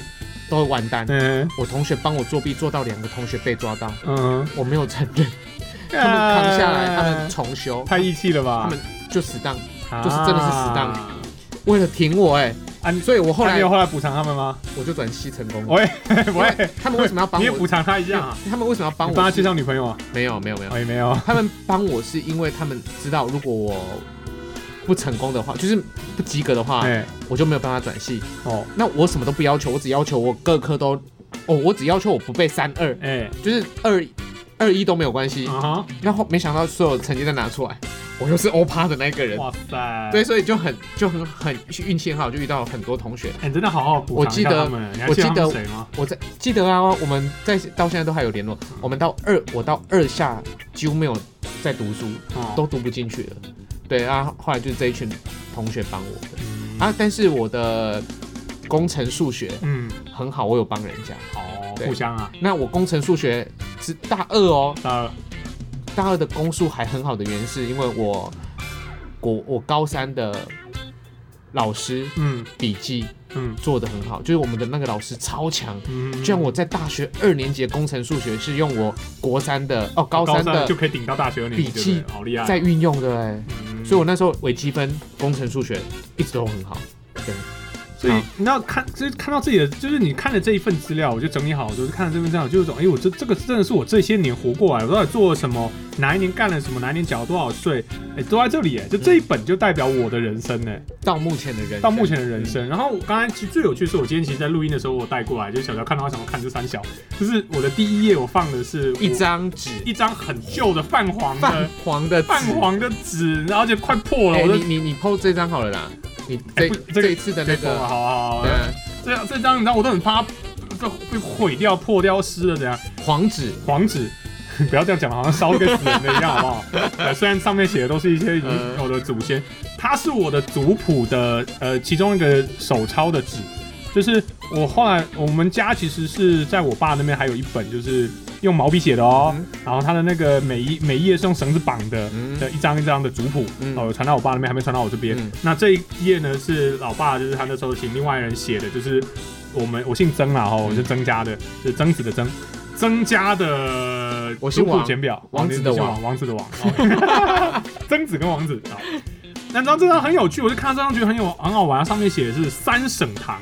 Speaker 2: 都会完蛋，
Speaker 1: 嗯
Speaker 2: 我同学帮我作弊做到两个同学被抓到，
Speaker 1: 嗯，
Speaker 2: 我没有承认。
Speaker 1: [LAUGHS]
Speaker 2: 他们扛下来，他们重修，
Speaker 1: 啊太义气了吧？
Speaker 2: 他们就死当，
Speaker 1: 啊
Speaker 2: 就是真的是死当为了挺我哎、
Speaker 1: 啊你
Speaker 2: 所以我后
Speaker 1: 那你
Speaker 2: 来
Speaker 1: 有后来补偿他们吗？
Speaker 2: 我就转系成功了。
Speaker 1: 喂 [LAUGHS] 喂，
Speaker 2: 他们为什么要帮
Speaker 1: 你也
Speaker 2: 我
Speaker 1: 补？偿他一样啊？
Speaker 2: 他们为什么要帮
Speaker 1: 你
Speaker 2: 我？啊
Speaker 1: 帮他介绍女朋友啊？
Speaker 2: 没有没有没有，
Speaker 1: 哎，没有，
Speaker 2: 他们帮我是因为他们知道，如果我不成功的话，就是不及格的话，
Speaker 1: 哎，
Speaker 2: 我就没有办法转系。
Speaker 1: 哦，
Speaker 2: 那我什么都不要求，我只要求我各科都，哦，我只要求我不背三二，
Speaker 1: 哎，
Speaker 2: 就是二二一都没有关系。
Speaker 1: 啊哈，
Speaker 2: 然后没想到所有成绩再拿出来，我又是欧趴的那个人。
Speaker 1: 哇塞，
Speaker 2: 对，，所以就很就很很运气很好，就遇到很多同学。
Speaker 1: 哎，你真的好好补偿一下他们，你还记得他们
Speaker 2: 我记
Speaker 1: 谁吗？
Speaker 2: 我在记得啊，我们在到现在都还有联络。我们到二，我到二下几乎没有在读书，
Speaker 1: 哦
Speaker 2: 都读不进去了。对啊，后来就是这一群同学帮我的
Speaker 1: 嗯
Speaker 2: 啊，但是我的工程数学
Speaker 1: 嗯，
Speaker 2: 很好，我有帮人家。
Speaker 1: 好，
Speaker 2: 对
Speaker 1: 互相啊，
Speaker 2: 那我工程数学是大二哦，
Speaker 1: 当然，
Speaker 2: 大二的攻数还很好的原因是因为我我我高三的老师
Speaker 1: 嗯
Speaker 2: 笔记
Speaker 1: 嗯
Speaker 2: 做的很好，就是我们的那个老师超强。
Speaker 1: 嗯，
Speaker 2: 居然我在大学二年级的工程数学是用我国三的哦高三的
Speaker 1: 就可以顶到大学二年级，
Speaker 2: 笔
Speaker 1: 对不
Speaker 2: 记
Speaker 1: 对好厉害，
Speaker 2: 在运用的哎，
Speaker 1: 嗯
Speaker 2: 所以我那时候微积分、工程数学一直都很好。
Speaker 1: 所以
Speaker 2: 好
Speaker 1: 你知道看，就是看到自己的，就是你看了这一份资料，我就整理好，我就是看了这份资料，就是种，哎、我这这个真的是我这些年活过来，我到底做了什么，哪一年干了什么，哪一年缴了多少税，哎、都在这里，哎，就这一本就代表我的人
Speaker 2: [LAUGHS]
Speaker 1: 生，哎，
Speaker 2: 到目前的人生，
Speaker 1: 到目前的人生。然后我刚才其实最有趣的是，我今天其实在录音的时候，我带过来，就是小乔看到他想要看这三小，就是我的第一页，我放的是我
Speaker 2: 一张纸，
Speaker 1: 一张很旧的泛黄
Speaker 2: 泛
Speaker 1: 的
Speaker 2: 黄的纸
Speaker 1: 泛。黄的纸，然后就快破了，
Speaker 2: 哎，
Speaker 1: 我
Speaker 2: 你
Speaker 1: 就。
Speaker 2: 你你 PO 这张好了啦，你
Speaker 1: 哎
Speaker 2: 这
Speaker 1: 不这个啊
Speaker 2: 这一次的那
Speaker 1: 破了
Speaker 2: 个，
Speaker 1: 好好好，
Speaker 2: 嗯，
Speaker 1: 这样这张你知道我都很怕它这被毁掉、破掉、湿了怎样？
Speaker 2: 黄纸，
Speaker 1: 黄纸， [LAUGHS] 不要这样讲，好像烧一个死人的一样，好不好？呃虽然上面写的都是一些已经有的祖先，它是我的族谱的呃其中一个手抄的纸，就是我后来我们家其实是在我爸那边还有一本，就是用毛笔写的哦，
Speaker 2: 嗯
Speaker 1: 然后它的那个每一每一页是用绳子绑的。
Speaker 2: 嗯
Speaker 1: 的一张一张的族谱，
Speaker 2: 嗯
Speaker 1: 哦，传到我爸那边，还没传到我这边。
Speaker 2: 嗯
Speaker 1: 那这一页呢，是老爸，就是他那时候请另外人写的，就是我们我姓曾啦，哈，我是曾家
Speaker 2: 嗯
Speaker 1: 的，就是曾子的曾，曾家的
Speaker 2: 我姓
Speaker 1: 族谱
Speaker 2: 王
Speaker 1: 简表，
Speaker 2: 王子的
Speaker 1: 你姓王子的
Speaker 2: [LAUGHS]
Speaker 1: 王，哦曾子跟王子啊。那你知道这张很有趣，我就看到这张觉得很有很好玩，上面写的是三省堂。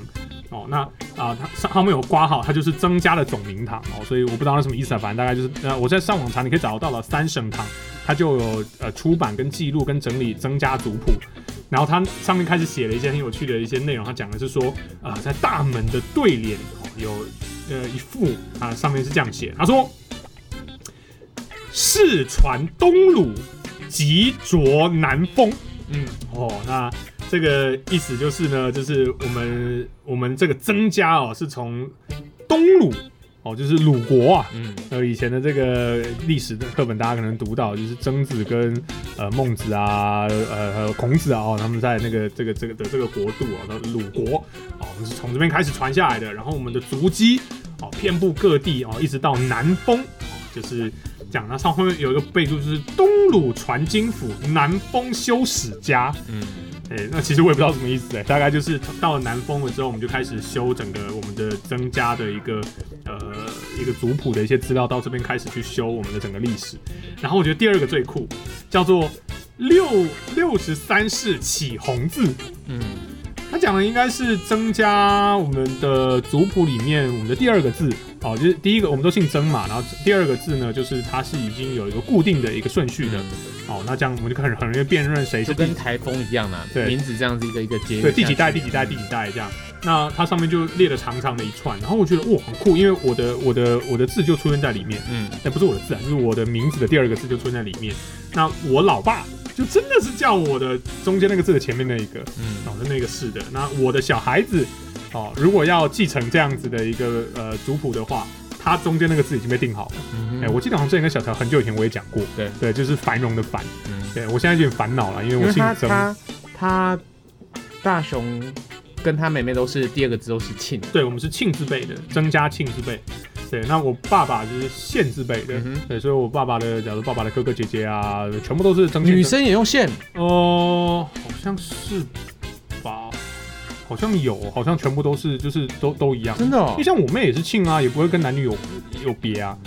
Speaker 1: 哦，那啊，它上他们有挂号，它就是增加了总名堂哦，所以我不知道那什么意思啊，反正大概就是呃，我在上网查，你可以找得到了三省堂，它就有呃出版跟记录跟整理增加族谱，然后它上面开始写了一些很有趣的一些内容，它讲的是说啊、在大门的对联、哦、有呃一副啊、上面是这样写，他说世传东鲁，极着南风。
Speaker 2: 嗯，
Speaker 1: 哦，那这个意思就是呢，就是我们我们这个曾家哦，是从东鲁哦，就是鲁国啊，
Speaker 2: 嗯，
Speaker 1: 呃，以前的这个历史的课本，大家可能读到，就是曾子跟呃孟子啊，呃呃孔子啊，哦，他们在那个这个这个的这个国度啊，那鲁国，哦，我们是从这边开始传下来的，然后我们的足迹哦遍布各地哦，一直到南风，哦就是讲那上后面有一个备注，就是东鲁传经府，南风修史家，
Speaker 2: 嗯，
Speaker 1: 哎、那其实我也不知道什么意思哎、大概就是到了南风了之后，我们就开始修整个我们的增加的一个呃一个族谱的一些资料，到这边开始去修我们的整个历史。然后我觉得第二个最酷，叫做六六十三世起红字，
Speaker 2: 嗯，
Speaker 1: 它讲的应该是增加我们的族谱里面我们的第二个字哦，就是第一个我们都姓曾嘛，然后第二个字呢就是它是已经有一个固定的一个顺序的哦，那这样我们就很很容易辨认谁是
Speaker 2: 就
Speaker 1: 第
Speaker 2: 跟台风一样啦，
Speaker 1: 对
Speaker 2: 名字这样子一个一个接，
Speaker 1: 对，第几代、第几代、第几代这样。那它上面就列了长长的一串，然后我觉得哇很酷，因为我的我的我的字就出现在里面，
Speaker 2: 嗯，
Speaker 1: 那不是我的字啊，就是我的名字的第二个字就出现在里面。那我老爸就真的是叫我的中间那个字的前面那一个，
Speaker 2: 嗯
Speaker 1: 脑的那个是的。那我的小孩子哦，如果要继承这样子的一个呃族谱的话，他中间那个字已经被定好了。
Speaker 2: 嗯，
Speaker 1: 哎、我记得好像之前跟小乔很久以前我也讲过，
Speaker 2: 对
Speaker 1: 对，就是繁荣的繁。
Speaker 2: 嗯
Speaker 1: 对我现在有点烦恼了，因为
Speaker 2: 因
Speaker 1: 我
Speaker 2: 为
Speaker 1: 姓
Speaker 2: 他
Speaker 1: 曾。
Speaker 2: 他他大雄跟他妹妹都是第二个字都是庆，
Speaker 1: 对，我们是庆字辈的，增加庆字辈。对，那我爸爸就是宪字辈的，
Speaker 2: 嗯哼
Speaker 1: 对，所以我爸爸的，假如爸爸的哥哥姐姐啊，全部都啊是曾
Speaker 2: 女生也用线，
Speaker 1: 哦、好像是吧？好像有，好像全部都是，就是都都一样。
Speaker 2: 真的哦
Speaker 1: 就，像我妹也是庆啊，也不会跟男女有有别啊。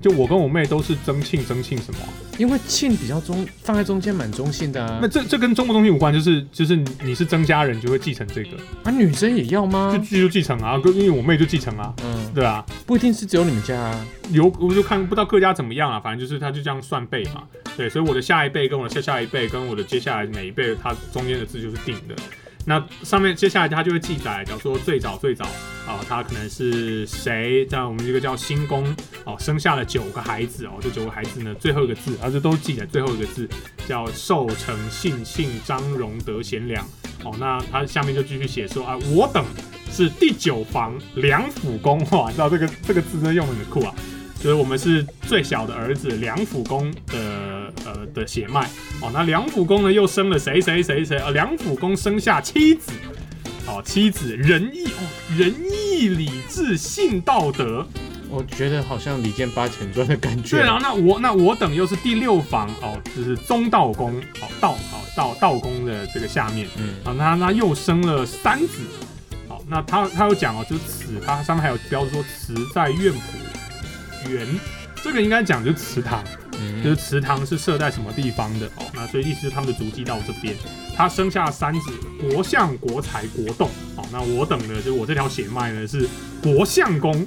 Speaker 1: 就我跟我妹都是曾庆，曾庆什么啊？
Speaker 2: 因为庆比较中放在中间蛮中性的啊
Speaker 1: 那。这这跟中国东西无关，就是就是你你是增加人就会继承这个，
Speaker 2: 啊，女生也要吗
Speaker 1: 就？继就继承啊，跟因为我妹就继承啊，
Speaker 2: 嗯，
Speaker 1: 对啊，
Speaker 2: 不一定是只有你们家啊。
Speaker 1: 有我就看不知道各家怎么样啊，反正就是他就这样算辈嘛，对，所以我的下一辈跟我的下下一辈跟我的接下来每一辈，它中间的字就是定的。那上面接下来它就会记载，假如说最早最早啊，他可能是谁在我们这个叫新宫哦，生下了九个孩子哦，这九个孩子呢最后一个字，啊这都记载最后一个字叫寿成信信张荣德贤良哦，那他下面就继续写说啊，我等是第九房梁府公哇，你知道这个这个字真的用得很酷啊，所以我们是最小的儿子梁府公的呃的血脉哦。那梁府公呢又生了谁谁谁谁呃，梁府公生下妻子，哦，妻子仁义哦，仁义礼智信道德。
Speaker 2: 我觉得好像《李健八前传》的感觉。
Speaker 1: 对，然啊后那我那我等又是第六房哦，就是宗道公哦道哦道道公的这个下面。
Speaker 2: 嗯，
Speaker 1: 啊，那那又生了三子。好，那他他有讲哦，就是此，他上面还有标注说慈在院圃园，这个应该讲就是祠堂，就
Speaker 2: 嗯
Speaker 1: 是祠堂是设在什么地方的哦。那所以意思就是他们的足迹到这边，他生下三子，国相、国才、国栋。哦，那我等呢，就是我这条血脉呢是国相公。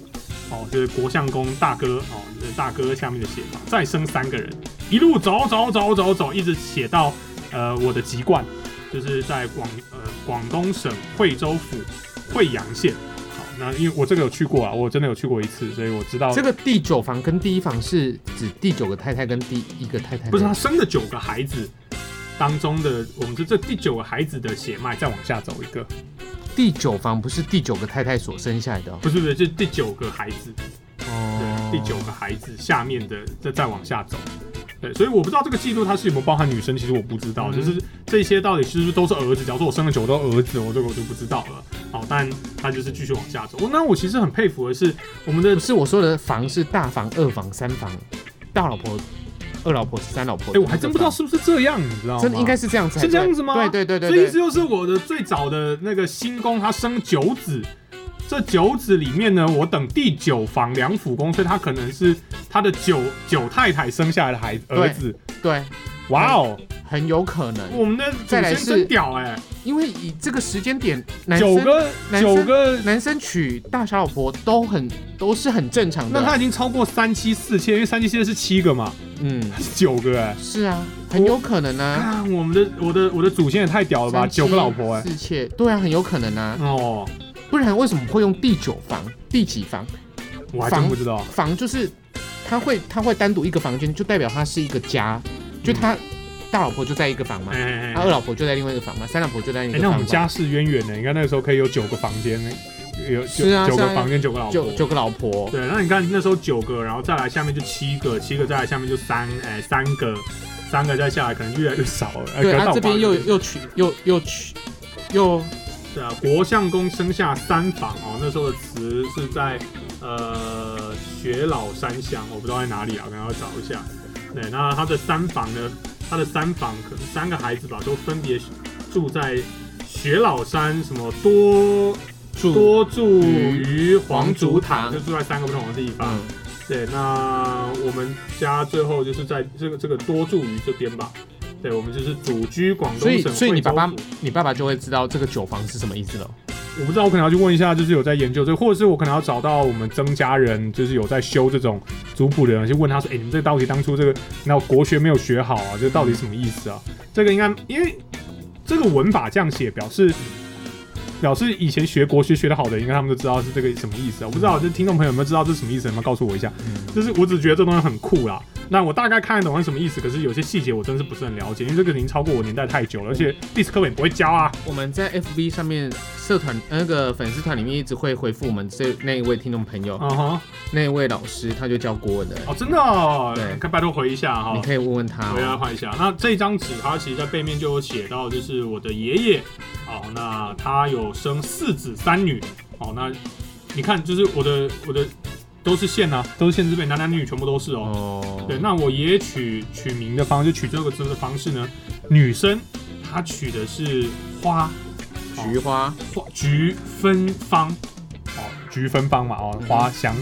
Speaker 1: 哦，就是国相公大哥哦，就是大哥下面的血脉，再生三个人，一路走走走走走，一直写到呃我的籍贯，就是在广呃广东省惠州府惠阳县。好，那因为我这个有去过啊，我真的有去过一次，所以我知道
Speaker 2: 这个第九房跟第一房是指第九个太太跟第一个太太吗，
Speaker 1: 不是他啊生的九个孩子当中的，我们是这第九个孩子的血脉再往下走一个，
Speaker 2: 第九房不是第九个太太所生下来的哦。
Speaker 1: 不是不是，就是第九个孩子，
Speaker 2: 哦
Speaker 1: 对，第九个孩子下面的再再往下走。对，所以我不知道这个记录它是有没有包含女生，其实我不知道，
Speaker 2: 嗯
Speaker 1: 就是这些到底是不是都是儿子？假如说我生了九个都是儿子，我这个我就不知道了。好，但他就是继续往下走。哦那我其实很佩服的是我们的
Speaker 2: 哦不是我说的房是大房、二房、三房，大老婆、二老婆、三老婆。
Speaker 1: 哎、我还真不知道，是不是这样，你知道吗？
Speaker 2: 真的应该是这样才
Speaker 1: 是这样子吗
Speaker 2: 对对对对
Speaker 1: 所以意思
Speaker 2: 对，
Speaker 1: 就是我的最早的那个新宫，他生九子，这九子里面呢，我等第九房梁府公，所以他可能是他的九九太太生下来的孩子
Speaker 2: 对
Speaker 1: 儿子。
Speaker 2: 对，
Speaker 1: 哇哦，
Speaker 2: 很有可能，
Speaker 1: 我们的祖
Speaker 2: 再来
Speaker 1: 先
Speaker 2: 是
Speaker 1: 真屌哎、
Speaker 2: 因为以这个时间点，男
Speaker 1: 九
Speaker 2: 生
Speaker 1: 个
Speaker 2: 男生
Speaker 1: 九个，
Speaker 2: 男生娶大小老婆都很都是很正常的。
Speaker 1: 那他已经超过三妻四妾，因为三妻四妾是七个嘛，
Speaker 2: 嗯，
Speaker 1: 他是九个哎、
Speaker 2: 是啊，很有可能啊。
Speaker 1: 啊，我们的我的我的祖先也太屌了吧，
Speaker 2: 三妻
Speaker 1: 九个老婆哎、
Speaker 2: 四妾，对啊，很有可能啊。
Speaker 1: 哦，
Speaker 2: 不然为什么会用第九房、第几房？
Speaker 1: 我还真
Speaker 2: 房
Speaker 1: 不知道。
Speaker 2: 房就是他会他会单独一个房间，就代表他是一个家，就他大老婆就在一个房嘛
Speaker 1: 哎，哎哎
Speaker 2: 他二老婆就在另外一个房嘛，三老婆就在另
Speaker 1: 哎、
Speaker 2: 一个
Speaker 1: 那我
Speaker 2: 房
Speaker 1: 们
Speaker 2: 嘛。
Speaker 1: 家世渊源呢？你看那个时候可以有九个房间，有九
Speaker 2: 是啊
Speaker 1: 九
Speaker 2: 是
Speaker 1: 个
Speaker 2: 啊
Speaker 1: 房间，九个老
Speaker 2: 九
Speaker 1: 婆。
Speaker 2: 九个老婆，
Speaker 1: 对，那你看那时候九个，然后再来下面就七个，七个再来下面就三，哎、三个，三个再下来可能越来越少了。哎
Speaker 2: 对
Speaker 1: 可能
Speaker 2: 他
Speaker 1: 到
Speaker 2: 这
Speaker 1: 八
Speaker 2: 边
Speaker 1: 个
Speaker 2: 又又娶又又娶又
Speaker 1: 对啊，国相公生下三房哦，那时候的词是在呃雪老山乡，我不知道在哪里啊，可能要找一下。对，那他的三房呢，他的三房可能三个孩子吧，都分别住在雪老山什么多
Speaker 2: 住
Speaker 1: 多住于黄
Speaker 2: 黄
Speaker 1: 竹
Speaker 2: 竹
Speaker 1: 堂，
Speaker 2: 堂
Speaker 1: 就住在三个不同的地方。
Speaker 2: 嗯
Speaker 1: 对，那我们家最后就是在这个这个多住于这边吧。对，我们就是祖居广东
Speaker 2: 所以
Speaker 1: 省
Speaker 2: 所以你
Speaker 1: 惠州
Speaker 2: 爸爸
Speaker 1: 府
Speaker 2: 你爸爸就会知道这个九房是什么意思了。
Speaker 1: 我不知道，我可能要去问一下，就是有在研究这个，或者是我可能要找到我们曾家人，就是有在修这种族谱的人，去问他说：“哎、你们这到底当初这个，那国学没有学好啊，这到底什么意思啊？”这个应该因为这个文法这样写，表示表示以前学国学学得好的人，应该他们都知道是这个什么意思啊。我不知道，就是听众朋友有没有知道这是什么意思？有没有告诉我一下？
Speaker 2: 嗯，
Speaker 1: 就是我只觉得这东西很酷啦。那我大概看得懂是什么意思，可是有些细节我真是不是很了解，因为这个已经超过我年代太久了，而且历史课本也不会教啊。
Speaker 2: 我们在 FB 上面社团呃那个粉丝团里面一直会回复我们这那一位听众朋友，
Speaker 1: 嗯哼。
Speaker 2: 那一位老师他就教国文的人，
Speaker 1: 哦，真的、哦，
Speaker 2: 对
Speaker 1: 看拜托回一下哈、
Speaker 2: 你可以问问他
Speaker 1: 回来啊
Speaker 2: 哦。
Speaker 1: 换一下。那这张纸，它其实在背面就有写到，就是我的爷爷，哦，那他有生四子三女，哦，那你看，就是我的我的都是县啊，都是县之辈，男男女女全部都是哦。
Speaker 2: 哦，
Speaker 1: 对，那我爷爷取取名的方式，取这个字的方式呢，女生她取的是花
Speaker 2: 菊花，
Speaker 1: 花菊嗯芬芳，哦，菊芬芳嘛，哦，花香。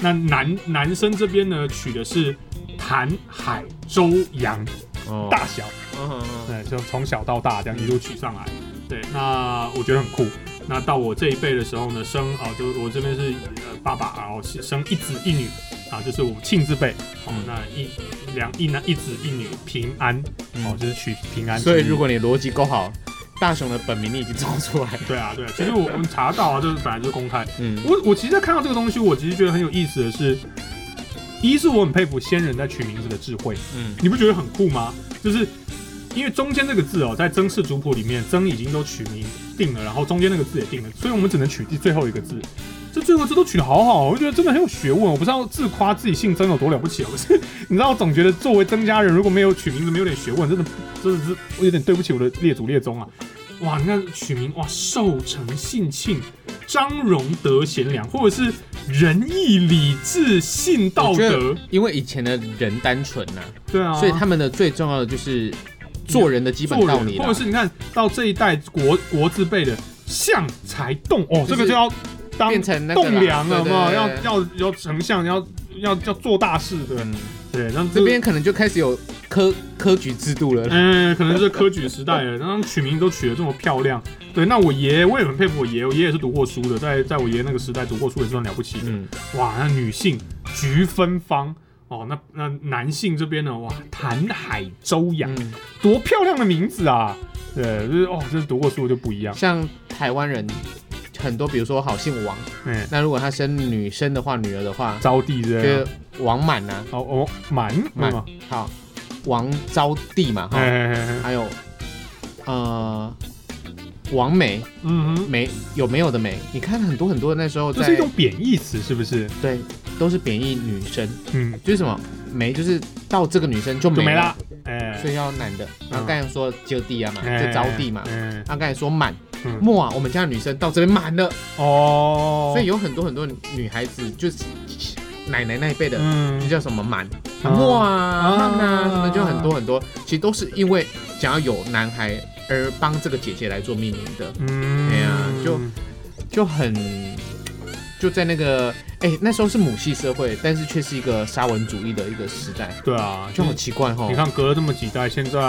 Speaker 1: 那男男生这边呢，取的是盘海周洋
Speaker 2: 哦
Speaker 1: 大小，
Speaker 2: 嗯哼嗯
Speaker 1: 对，就从小到大这样一路取上来。对，那我觉得很酷。那到我这一辈的时候呢，生啊、就是我这边是呃爸爸，然后生一子一女啊，就是我庆字辈。哦，那一两一男一子一女平安，哦，就是取平安之
Speaker 2: 嗯
Speaker 1: 意。
Speaker 2: 所以如果你逻辑够好，大雄的本名你已经找出来了。
Speaker 1: 对啊对啊，其实我我们查到啊，就是本来就是公开。
Speaker 2: 嗯
Speaker 1: 我我其实在看到这个东西，我其实觉得很有意思的是，一是我很佩服先人在取名字的智慧，
Speaker 2: 嗯
Speaker 1: 你不觉得很酷吗？就是因为中间这个字哦，在曾氏族谱里面，曾已经都取名定了，然后中间那个字也定了，所以我们只能取第最后一个字。这最后一个字都取得好好哦，我觉得真的很有学问。我不知道自夸自己姓曾有多了不起哦，可是你知道，我总觉得作为曾家人，如果没有取名字，没有点学问，真的真的是我有点对不起我的列祖列宗啊。哇，你看取名哇，寿成信庆，张荣德贤良，或者是仁义礼智信道
Speaker 2: 我觉
Speaker 1: 德
Speaker 2: 得，因为以前的人单纯呐、
Speaker 1: 对啊， [LAUGHS]
Speaker 2: 所以他们的最重要的就是做人的基本
Speaker 1: 做
Speaker 2: 道
Speaker 1: 人，
Speaker 2: 理
Speaker 1: 或
Speaker 2: 啦
Speaker 1: 者。是你看到这一代国国字辈的向才栋哦，这个就要当
Speaker 2: 变成那个啦
Speaker 1: 栋梁啊了
Speaker 2: 对对
Speaker 1: 嘛，
Speaker 2: 对
Speaker 1: 要
Speaker 2: 对
Speaker 1: 要要丞相，要要要做大事的，
Speaker 2: 嗯，
Speaker 1: 对，然后
Speaker 2: 这边。可能就开始有科科举制度了。
Speaker 1: 嗯，可能是科举时代了， [LAUGHS] 然后取名都取得这么漂亮。对，那我爷我也很佩服我爷，我爷也是读过书的，在在我爷那个时代读过书也是算了不起的。
Speaker 2: 嗯，
Speaker 1: 哇，那女性菊芬芳哦，那那男性这边呢，哇，谭海周洋，
Speaker 2: 嗯
Speaker 1: 多漂亮的名字啊！对，就是哦，这读过书就不一样。
Speaker 2: 像台湾人很多，比如说好姓王，
Speaker 1: 嗯、
Speaker 2: 那如果他生女生的话，女儿的话，
Speaker 1: 招娣这
Speaker 2: 就
Speaker 1: 样。
Speaker 2: 是王满呐、
Speaker 1: 哦哦，满
Speaker 2: 满
Speaker 1: 满，
Speaker 2: 好，王招娣嘛，哈、
Speaker 1: 哎，哎哎
Speaker 2: 还有呃王美
Speaker 1: 嗯哼，
Speaker 2: 美有没有的美？你看很多很多那时候
Speaker 1: 这
Speaker 2: 在
Speaker 1: 是一种贬义词，是不是？
Speaker 2: 对都是贬义女生，
Speaker 1: 嗯，
Speaker 2: 就是什么美就是到这个女生就
Speaker 1: 就
Speaker 2: 没
Speaker 1: 没
Speaker 2: 了，
Speaker 1: 啦。哎，
Speaker 2: 所以要男的。然后刚才说就地啊嘛，
Speaker 1: 哎
Speaker 2: 就招娣嘛。
Speaker 1: 哎
Speaker 2: 他刚才说满
Speaker 1: 嗯
Speaker 2: 莫啊，我们家的女生到这边满了，
Speaker 1: 哦，
Speaker 2: 所以有很多很多女孩子就是奶奶那一辈的，就
Speaker 1: 嗯，
Speaker 2: 叫什么满
Speaker 1: 哦
Speaker 2: 莫啊、曼啊，
Speaker 1: 啊
Speaker 2: 什么就很多很多，其实都是因为想要有男孩而帮这个姐姐来做命名的，
Speaker 1: 嗯，
Speaker 2: 哎呀就就很就在那个哎、那时候是母系社会，但是却是一个沙文主义的一个时代，
Speaker 1: 对啊，
Speaker 2: 就
Speaker 1: 就
Speaker 2: 好奇怪哈
Speaker 1: 你。看隔了这么几代，现在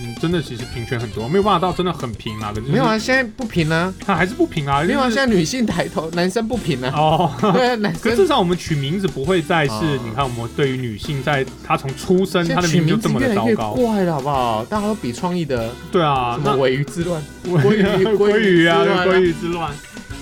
Speaker 1: 嗯，真的其实平权很多，没有办法到真的很平啊，可是就是
Speaker 2: 没有啊，现在不平啊，
Speaker 1: 它还是不平啊，
Speaker 2: 没有啊，
Speaker 1: 就
Speaker 2: 现
Speaker 1: 是
Speaker 2: 在女性抬头，男生不平啊， [LAUGHS]
Speaker 1: 哦。
Speaker 2: 对啊，男
Speaker 1: 可
Speaker 2: 生
Speaker 1: 是至少我们取名字不会再是，
Speaker 2: 哦
Speaker 1: 你看我们对于女性，在她从出生，
Speaker 2: 现
Speaker 1: 她
Speaker 2: 在
Speaker 1: 的
Speaker 2: 取
Speaker 1: 名字就这
Speaker 2: 名字
Speaker 1: 么
Speaker 2: 越
Speaker 1: 的
Speaker 2: 来
Speaker 1: 糟
Speaker 2: 越
Speaker 1: 糕。
Speaker 2: 怪了，好不好？大家都比创意的
Speaker 1: 对啊
Speaker 2: 什，么
Speaker 1: 那
Speaker 2: 尾鱼
Speaker 1: [LAUGHS]
Speaker 2: 之乱、
Speaker 1: 鲑
Speaker 2: 鲑鱼
Speaker 1: 鲑鱼啊，
Speaker 2: 鲑鱼之乱
Speaker 1: 鲑鱼之乱。
Speaker 2: 啊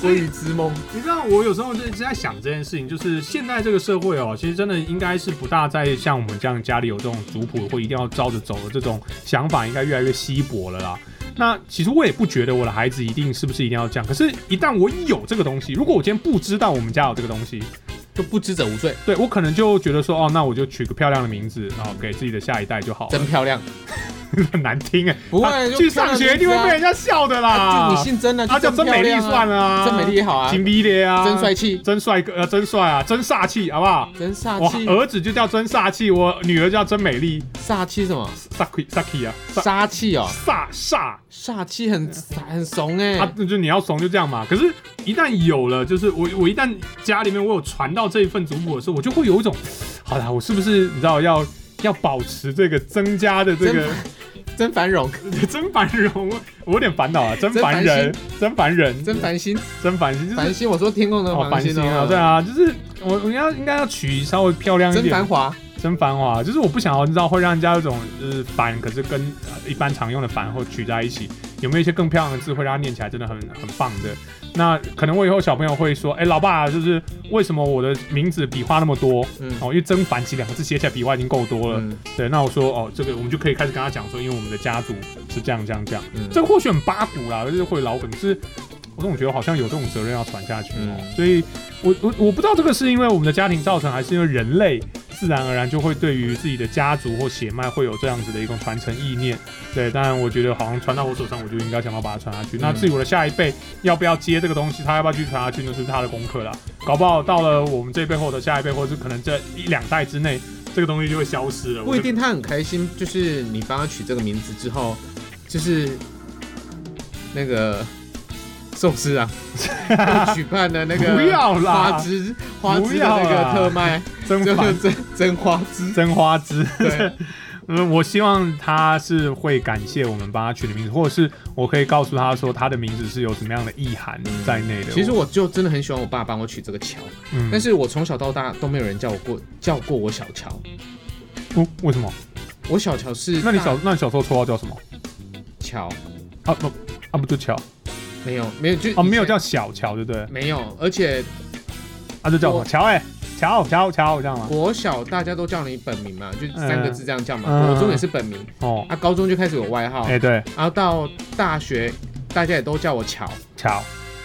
Speaker 2: 鲑鱼之梦，
Speaker 1: 你知道，我有时候一直在想这件事情，就是现在这个社会哦，其实真的应该是不大再像我们这样家里有这种族谱或一定要照着走的这种想法，应该越来越稀薄了啦。那其实我也不觉得我的孩子一定是不是一定要这样，可是，一旦我有这个东西，如果我今天不知道我们家有这个东西，
Speaker 2: 就不知者无罪，
Speaker 1: 对我可能就觉得说，哦，那我就取个漂亮的名字，然后给自己的下一代就好了。
Speaker 2: 真漂亮。
Speaker 1: [LAUGHS] 很难听哎，
Speaker 2: 不会
Speaker 1: 啊
Speaker 2: 就
Speaker 1: 去上学一定会被人家笑的啦。
Speaker 2: 啊就你姓曾啊，
Speaker 1: 啊，叫真美丽算
Speaker 2: 了，
Speaker 1: 了啊，
Speaker 2: 真美丽也好啊，
Speaker 1: 金逼的啊，
Speaker 2: 真帅气，
Speaker 1: 真帅哥，呃，真帅啊，真煞气，好不好？
Speaker 2: 真
Speaker 1: 我
Speaker 2: 煞气，
Speaker 1: 儿子就叫真煞气，我女儿叫真美丽，
Speaker 2: 煞气什么？
Speaker 1: 煞气煞气啊，煞
Speaker 2: [LAUGHS] 杀气哦，
Speaker 1: 煞煞
Speaker 2: 煞气很很怂哎
Speaker 1: 啊，，那就你要怂就这样嘛。可是，一旦有了，就是我我一旦家里面我有传到这一份族谱的时候，我就会有一种，好啦，我是不是你知道要要保持这个增加的这个
Speaker 2: 真繁 [LAUGHS] 荣，
Speaker 1: [LAUGHS] 真繁荣？我我有点烦恼啊，真
Speaker 2: 真
Speaker 1: 烦
Speaker 2: 烦
Speaker 1: 人，真烦人，
Speaker 2: 真烦心，
Speaker 1: 真烦心，就是
Speaker 2: 烦心。我说天空的
Speaker 1: 哦，
Speaker 2: 繁
Speaker 1: 繁
Speaker 2: 心
Speaker 1: 星啊，对
Speaker 2: 哦，
Speaker 1: 啊，就是我我应该应该要取稍微漂亮一
Speaker 2: 真
Speaker 1: 点
Speaker 2: 繁，华，
Speaker 1: 真繁华，就是我不想要知道会让人家有种就是繁，可是跟呃一般常用的繁后取在一起，有没有一些更漂亮的字会让它念起来真的很很棒的？那可能我以后小朋友会说，哎、老爸，就是为什么我的名字笔画那么多？
Speaker 2: 嗯
Speaker 1: 哦，因为“真繁”其实两个字写起来笔画已经够多了。
Speaker 2: 嗯
Speaker 1: 对，那我说哦，这个我们就可以开始跟他讲说，因为我们的家族是这样这样这样。
Speaker 2: 嗯
Speaker 1: 这个或许很八股啦，就是会老本，可是我总觉得好像有这种责任要传下去哦、
Speaker 2: 嗯
Speaker 1: 所以我我我不知道这个是因为我们的家庭造成，还是因为人类自然而然就会对于自己的家族或血脉会有这样子的一种传承意念。对，当然我觉得好像传到我手上，我就应该想要把它传下去。那
Speaker 2: 嗯
Speaker 1: 至于我的下一辈要不要接这个东西，他要不要去传下去，那是他的功课啦。搞不好到了我们这一辈或者下一辈，或者是可能这一两代之内，这个东西就会消失了。
Speaker 2: 不一定他很开心，就是你帮他取这个名字之后，就是那个寿司 [LAUGHS] 啊，又举办了那个
Speaker 1: 不要啦
Speaker 2: 花枝花枝的那
Speaker 1: 不要啦
Speaker 2: 个特卖，
Speaker 1: 真
Speaker 2: 就
Speaker 1: 烦
Speaker 2: 是 [LAUGHS] 真真花枝，
Speaker 1: 真花枝。
Speaker 2: [LAUGHS] 对，
Speaker 1: 嗯，我希望他是会感谢我们帮他取的名字，或者是我可以告诉他说他的名字是有什么样的意涵在内的。
Speaker 2: 其实我就真的很喜欢我爸帮我取这个乔，
Speaker 1: 嗯，
Speaker 2: 但是我从小到大都没有人叫我过叫过我小乔，
Speaker 1: 不、为什么？
Speaker 2: 我小乔是
Speaker 1: 那你
Speaker 2: 大
Speaker 1: 小那你小时候绰号叫什么？
Speaker 2: 乔
Speaker 1: 啊不啊不就乔
Speaker 2: 没有没有就
Speaker 1: 哦，没有叫小乔，对不对？
Speaker 2: 没有，而且
Speaker 1: 啊就叫什么
Speaker 2: 我
Speaker 1: 乔哎、乔乔乔这样吗？
Speaker 2: 国小大家都叫你本名嘛，就三个字这样叫嘛，
Speaker 1: 嗯
Speaker 2: 国中也是本名，
Speaker 1: 哦，
Speaker 2: 啊高中就开始有外号
Speaker 1: 哎、，对，
Speaker 2: 然后到大学大家也都叫我乔，
Speaker 1: 乔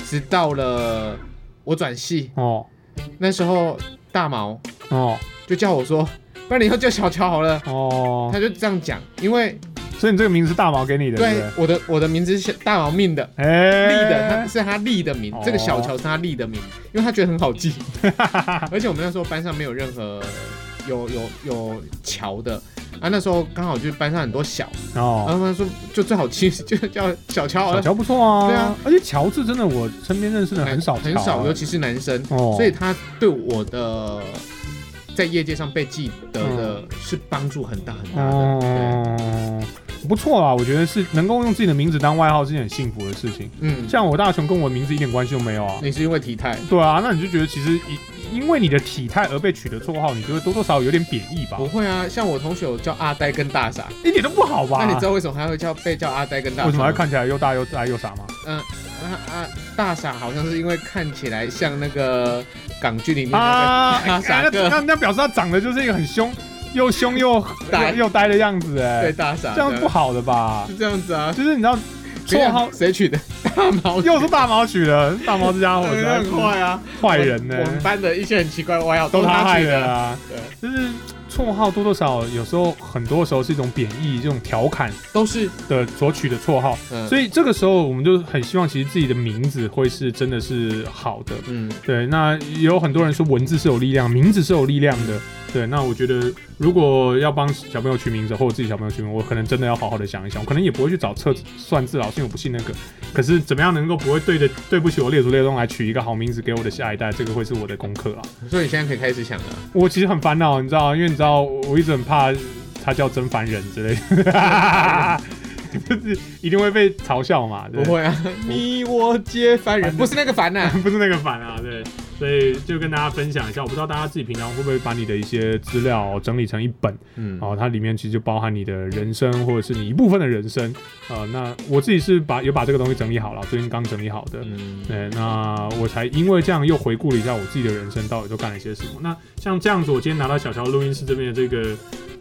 Speaker 2: 直到了我转系
Speaker 1: 哦
Speaker 2: 那时候大毛
Speaker 1: 哦
Speaker 2: 就叫我说，不然你以后叫小乔好了，
Speaker 1: 哦，
Speaker 2: 他就这样讲，因为
Speaker 1: 所以你这个名字是大毛给你的，对不
Speaker 2: 对
Speaker 1: 对？
Speaker 2: 我的我的名字是大毛命的。
Speaker 1: 哎、
Speaker 2: 立的，他是他立的名
Speaker 1: 哦，
Speaker 2: 这个小乔是他立的名，因为他觉得很好记。
Speaker 1: 哦
Speaker 2: 而且我们那时候班上没有任何有有有乔的啊，那时候刚好就是班上很多小，然
Speaker 1: 哦，
Speaker 2: 后他们说就最好记， [LAUGHS] 就叫小乔好
Speaker 1: 小
Speaker 2: 了。
Speaker 1: 乔不错啊，
Speaker 2: 呃对啊，
Speaker 1: 而且乔治真的我身边认识的很少、哎
Speaker 2: 很少，尤其是男生，
Speaker 1: 哦，
Speaker 2: 所以他对我的在业界上被记得
Speaker 1: 嗯
Speaker 2: 的是帮助很大很大的。对
Speaker 1: 哦，不错啊，我觉得是能够用自己的名字当外号是一件很幸福的事情。
Speaker 2: 嗯，
Speaker 1: 像我大雄跟我名字一点关系都没有啊。
Speaker 2: 你是因为体态。
Speaker 1: 对啊，那你就觉得其实因因为你的体态而被取的绰号，你觉得多多少少有点贬义吧
Speaker 2: 不？会啊，像我同学有叫阿呆跟大傻，
Speaker 1: 一点都不好吧？
Speaker 2: 那你知道为什么他会叫被叫阿呆跟大傻吗？
Speaker 1: 为什么他看起来又大又呆又
Speaker 2: [LAUGHS]
Speaker 1: 傻吗？
Speaker 2: 啊啊！大傻好像是因为看起来像那个港剧里面那
Speaker 1: 啊，
Speaker 2: 那
Speaker 1: 那
Speaker 2: 傻哥
Speaker 1: 那那表示他长得就是一个很凶又凶又
Speaker 2: 呆
Speaker 1: 又又呆的样子
Speaker 2: 个对
Speaker 1: 哎，
Speaker 2: 大傻
Speaker 1: 这样
Speaker 2: 的
Speaker 1: 不好的吧？
Speaker 2: 是这样子啊。
Speaker 1: 就是你知道绰
Speaker 2: [LAUGHS]
Speaker 1: 号
Speaker 2: 谁取的？大毛
Speaker 1: 又是大毛取的，大毛这家伙
Speaker 2: [LAUGHS] 对
Speaker 1: 实
Speaker 2: 那
Speaker 1: 在
Speaker 2: 很
Speaker 1: 是
Speaker 2: 坏啊，
Speaker 1: 坏人呢、
Speaker 2: 我们我们班的一些很奇怪的外号
Speaker 1: 都
Speaker 2: 是
Speaker 1: 他害
Speaker 2: 取
Speaker 1: 的
Speaker 2: 的。
Speaker 1: 啊。
Speaker 2: 对，
Speaker 1: 就是绰号多多少少有时候很多时候是一种贬义、这种调侃
Speaker 2: 都是
Speaker 1: 的所取的绰号，
Speaker 2: 嗯，
Speaker 1: 所
Speaker 2: 以
Speaker 1: 以这个时候我们就很希望其实自己的名字会是真的是好的。
Speaker 2: 嗯，
Speaker 1: 对，那也有很多人说文字是有力量，名字是有力量的。对，那我觉得如果要帮小朋友取名字，或者自己小朋友取名，我可能真的要好好的想一想，我可能也不会去找测算字老师，因为我不信那个。可是怎么样能够不会对着对不起我列祖列宗来取一个好名字给我的下一代，这个会是我的功课啊。
Speaker 2: 所以你现在可以开始想了。
Speaker 1: 我其实很烦恼，你知道，因为你知道，我我一直很怕他叫真凡人之类的， [LAUGHS] 就是一定会被嘲笑嘛。对
Speaker 2: 不，会啊，你我皆凡人，不是那个凡呐。
Speaker 1: [LAUGHS] 不是那个凡啊，对。所以就跟大家分享一下，我不知道大家自己平常会不会把你的一些资料整理成一本
Speaker 2: 嗯，
Speaker 1: 哦，它里面其实就包含你的人生或者是你一部分的人生。呃，那我自己是把有把这个东西整理好了，最近刚整理好的。
Speaker 2: 嗯，
Speaker 1: 对，那我才因为这样又回顾了一下我自己的人生到底都干了些什么。那像这样子，我今天拿到小乔录音室这边的这个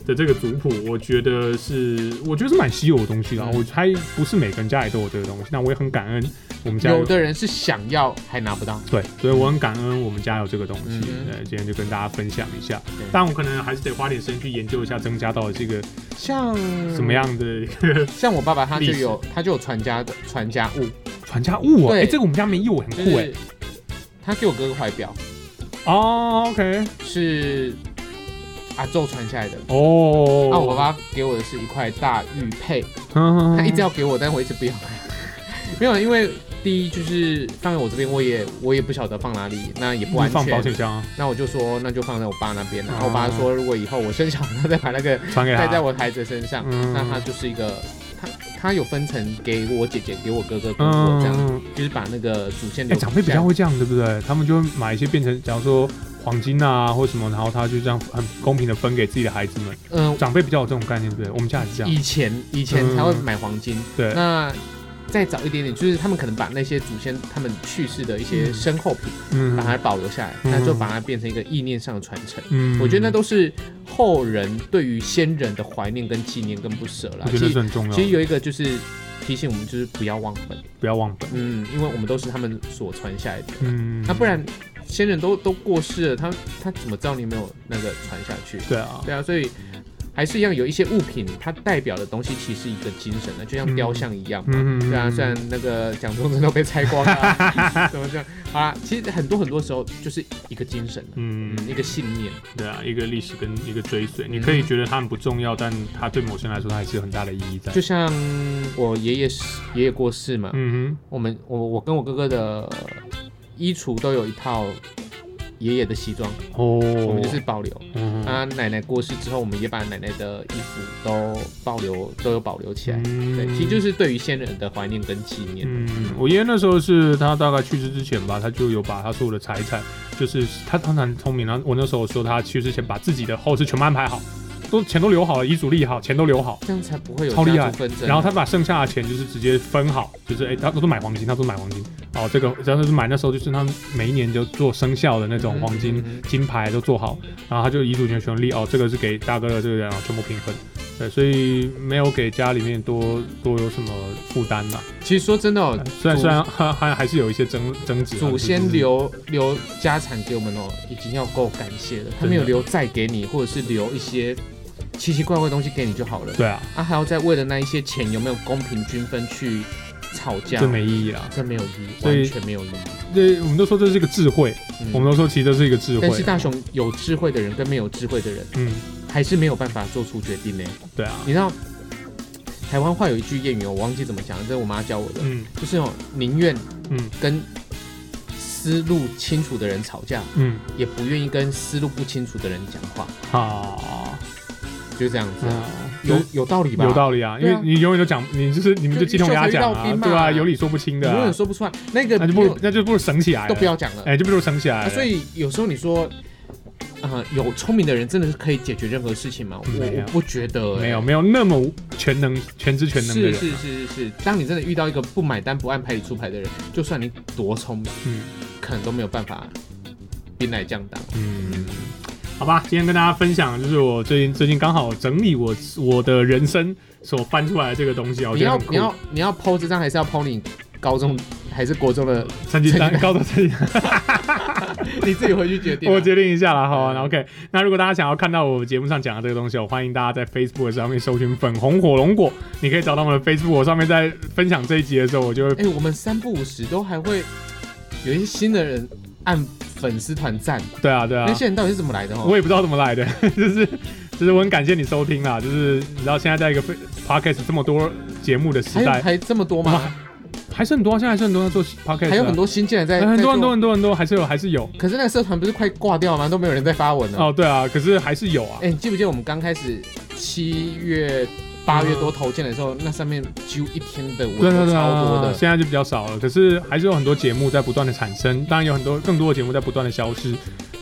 Speaker 1: 的这个族谱，我觉得是我觉得是蛮稀有的东西啦。
Speaker 2: 嗯
Speaker 1: 我猜不是每个人家里都有这个东西，那我也很感恩我们家
Speaker 2: 有的人是想要还拿不到。
Speaker 1: 对，所以我很感恩我们家有这个东西。
Speaker 2: 嗯哼
Speaker 1: 对，今天就跟大家分享一下
Speaker 2: 对，
Speaker 1: 但我可能还是得花点时间去研究一下增加到的这个
Speaker 2: 像
Speaker 1: 什么？样的一个
Speaker 2: 像我爸爸他
Speaker 1: 历
Speaker 2: 就
Speaker 1: 史
Speaker 2: 有他就有传家的传家物，
Speaker 1: 传家物哦。
Speaker 2: 嗯对
Speaker 1: 哎，这个我们家没有，很
Speaker 2: 就
Speaker 1: 酷哎
Speaker 2: 是。他给我哥个怀表，
Speaker 1: 哦，OK，
Speaker 2: 是阿宙传下来的。
Speaker 1: 哦，[LAUGHS]
Speaker 2: 啊，我爸爸给我的是一块大玉佩，
Speaker 1: 嗯，
Speaker 2: 他一直要给我，但我一直不要。 [LAUGHS] 没有，因为第一就是放在我这边，我也我也不晓得放哪里，那也不
Speaker 1: 你
Speaker 2: 安
Speaker 1: 嗯放保
Speaker 2: 全。
Speaker 1: 险箱啊，
Speaker 2: 那我就说，那就放在我爸那边。然后
Speaker 1: 哦
Speaker 2: 我爸说，如果以后我生小孩，再把
Speaker 1: [LAUGHS]
Speaker 2: 那个
Speaker 1: 传给他。
Speaker 2: 戴在我孩子身上，
Speaker 1: 啊嗯
Speaker 2: 那他就是一个，他他有分成给我姐姐、给我哥哥、给我这样，
Speaker 1: 嗯，
Speaker 2: 就是把那个祖先
Speaker 1: 哎，
Speaker 2: 留下
Speaker 1: 长辈比较会这样，对不对？他们就会买一些变成，假如说黄金啊或什么，然后他就这样很公平的分给自己的孩子们。
Speaker 2: 嗯，
Speaker 1: 长辈比较有这种概念，对不对？我们家也是这样。
Speaker 2: 以前以前才会买黄金，
Speaker 1: [LAUGHS] 对，
Speaker 2: 那再早一点点，就是他们可能把那些祖先他们去世的一些身后品，
Speaker 1: 嗯
Speaker 2: 把它保留下来，
Speaker 1: 嗯
Speaker 2: 那就把它变成一个意念上的传承。
Speaker 1: 嗯
Speaker 2: 我觉得那都是后人对于先人的怀念跟纪念跟不舍啦。
Speaker 1: 我
Speaker 2: 其
Speaker 1: 觉得是
Speaker 2: 实
Speaker 1: 很重要
Speaker 2: 其
Speaker 1: 的
Speaker 2: 实，有一个就是提醒我们，就是不要忘本，
Speaker 1: 不要忘本。
Speaker 2: 嗯，因为我们都是他们所传下来的，
Speaker 1: 嗯，
Speaker 2: 那不然先人都都过世了，他他怎么知道你没有那个传下去？
Speaker 1: 对啊，
Speaker 2: 对啊，所以还是一样有一些物品，它代表的东西其实是一个精神的，就像雕像一样嘛。
Speaker 1: 嗯嗯
Speaker 2: 对啊，
Speaker 1: 嗯
Speaker 2: 虽然那个蒋中正都被拆光了、
Speaker 1: [LAUGHS]
Speaker 2: 啊，怎么这样好啦，其实很多很多时候就是一个精神、
Speaker 1: 嗯，
Speaker 2: 嗯，一嗯个信念。
Speaker 1: 对啊，一个历史跟一个追随，你可以觉得他们不重要，但它对某些人来说，它还是有很大的意义在
Speaker 2: 就。像我爷爷是爷爷过世嘛，
Speaker 1: 嗯
Speaker 2: 我们我我跟我哥哥的衣橱都有一套爷爷的西装，
Speaker 1: 哼，哦，
Speaker 2: 我们就是保留。
Speaker 1: 嗯
Speaker 2: 啊，奶奶过世之后，我们也把奶奶的衣服都保留，都有保留起来。
Speaker 1: 嗯
Speaker 2: 对，其实就是对于先人的怀念跟纪念。
Speaker 1: 嗯，我爷爷那时候是他大概去世之前吧，他就有把他所有的财产，就是他他很聪明，然啊后我那时候说他去世前把自己的后事全部安排好，都钱都留好了，遗嘱立好，钱都留好，
Speaker 2: 这样才不会有
Speaker 1: 超厉
Speaker 2: 家
Speaker 1: 害
Speaker 2: 族纷争啊。
Speaker 1: 然后他把剩下的钱就是直接分好，就是哎、他都买黄金，他都买黄金，哦，这个然后就是买那时候就是他们每一年就做生肖的那种黄金、
Speaker 2: 嗯嗯嗯
Speaker 1: 金牌都做好，然后他就遗嘱权全立哦，这个是给大哥的，这个然后全部平分，对，所以没有给家里面多多有什么负担呐。
Speaker 2: 其实说真的、哦，
Speaker 1: 呃虽然虽然还还还是有一些争争执啊，
Speaker 2: 祖
Speaker 1: 就
Speaker 2: 先
Speaker 1: 是
Speaker 2: 留留家产给我们哦，已经要够感谢了。他没有留再给你，或者是留一些奇奇怪怪的东西给你就好了。
Speaker 1: 对啊，
Speaker 2: 啊，还要再为了那一些钱有没有公平均分去吵架，
Speaker 1: 这没意义啦。
Speaker 2: 这没有意义，
Speaker 1: 所以
Speaker 2: 完全没有意义。
Speaker 1: 这我们都说这是一个智慧，
Speaker 2: 嗯
Speaker 1: 我们都说其实这是一个智慧。
Speaker 2: 但是大雄有智慧的人跟没有智慧的人
Speaker 1: 嗯，
Speaker 2: 还是没有办法做出决定呢。
Speaker 1: 对啊，
Speaker 2: 你知道台湾话有一句谚语哦，我忘记怎么讲了，这是我妈教我的，
Speaker 1: 嗯
Speaker 2: 就是哦，宁愿
Speaker 1: 嗯
Speaker 2: 跟思路清楚的人吵架，
Speaker 1: 嗯，
Speaker 2: 也不愿意跟思路不清楚的人讲话，
Speaker 1: 好，
Speaker 2: 就这样子啊。
Speaker 1: 嗯
Speaker 2: 有有道理吧？
Speaker 1: 有道理啊，因为
Speaker 2: 对啊
Speaker 1: 你永远都讲，你就是你们就鸡同鸭讲
Speaker 2: 就
Speaker 1: 啊
Speaker 2: 就，
Speaker 1: 对啊，
Speaker 2: 就
Speaker 1: 有理说不清
Speaker 2: 理，
Speaker 1: 的
Speaker 2: 永
Speaker 1: 啊
Speaker 2: 远，说不出来，那个
Speaker 1: 那就
Speaker 2: 没
Speaker 1: 不如
Speaker 2: 有
Speaker 1: 那就不如省起来了，
Speaker 2: 都不要讲了。
Speaker 1: 哎，就不如省起来
Speaker 2: 啊
Speaker 1: 了。
Speaker 2: 所以有时候你说，呃，有聪明的人真的是可以解决任何事情吗？我
Speaker 1: 没有
Speaker 2: 我不觉得、
Speaker 1: 没有没有那么全能全知全能的
Speaker 2: 是
Speaker 1: 人
Speaker 2: 是
Speaker 1: 啊，
Speaker 2: 是是是，当你真的遇到一个不买单、不按牌理出牌的人，就算你多聪明，
Speaker 1: 嗯
Speaker 2: 可能都没有办法兵来将挡。
Speaker 1: 嗯，好吧，今天跟大家分享就是我最近最近刚好整理我我的人生所翻出来的这个东西啊，我
Speaker 2: 你
Speaker 1: 觉得
Speaker 2: 要
Speaker 1: 很酷
Speaker 2: 你要你要剖这张，还是要剖你高中还是国中的？ [LAUGHS]
Speaker 1: 成绩单高中成绩单。
Speaker 2: 你自己回去决定啊、
Speaker 1: 我决定一下了，好、啊、，OK。那如果大家想要看到我节目上讲的这个东西，我哦欢迎大家在 Facebook 上面搜寻“粉红火龙果”，你可以找到我们的 Facebook 我上面，在分享这一集的时候，我就会
Speaker 2: 哎、我们三不五十都还会有一些新的人按粉丝团赞，
Speaker 1: 对啊，对啊
Speaker 2: 那，些人到底是怎么来的？
Speaker 1: 我
Speaker 2: 哦？
Speaker 1: 也不知道怎么来的， [LAUGHS] 就是就是我很感谢你收听啦，就是你知道现在在一个 fa- Podcast 这么多节目的
Speaker 2: 还
Speaker 1: 时
Speaker 2: 有
Speaker 1: 代，
Speaker 2: 还这么多吗？
Speaker 1: 还是很多啊，现在还是很多人在做 Podcast，、啊、
Speaker 2: 还有很多新进来在，
Speaker 1: 哎很多
Speaker 2: 在做
Speaker 1: 很多很多很多，还是有还是有
Speaker 2: 可是那个社团不是快挂掉吗？都没有人在发文了。
Speaker 1: 哦，对啊，可是还是有啊
Speaker 2: 哎、，你记不记得我们刚开始七月、八月多投件的时候，那上面几乎一天的文
Speaker 1: 对啊对
Speaker 2: 都
Speaker 1: 对
Speaker 2: 超多的。
Speaker 1: 现在就比较少了，可是还是有很多节目在不断的产生，当然有很多更多的节目在不断的消失。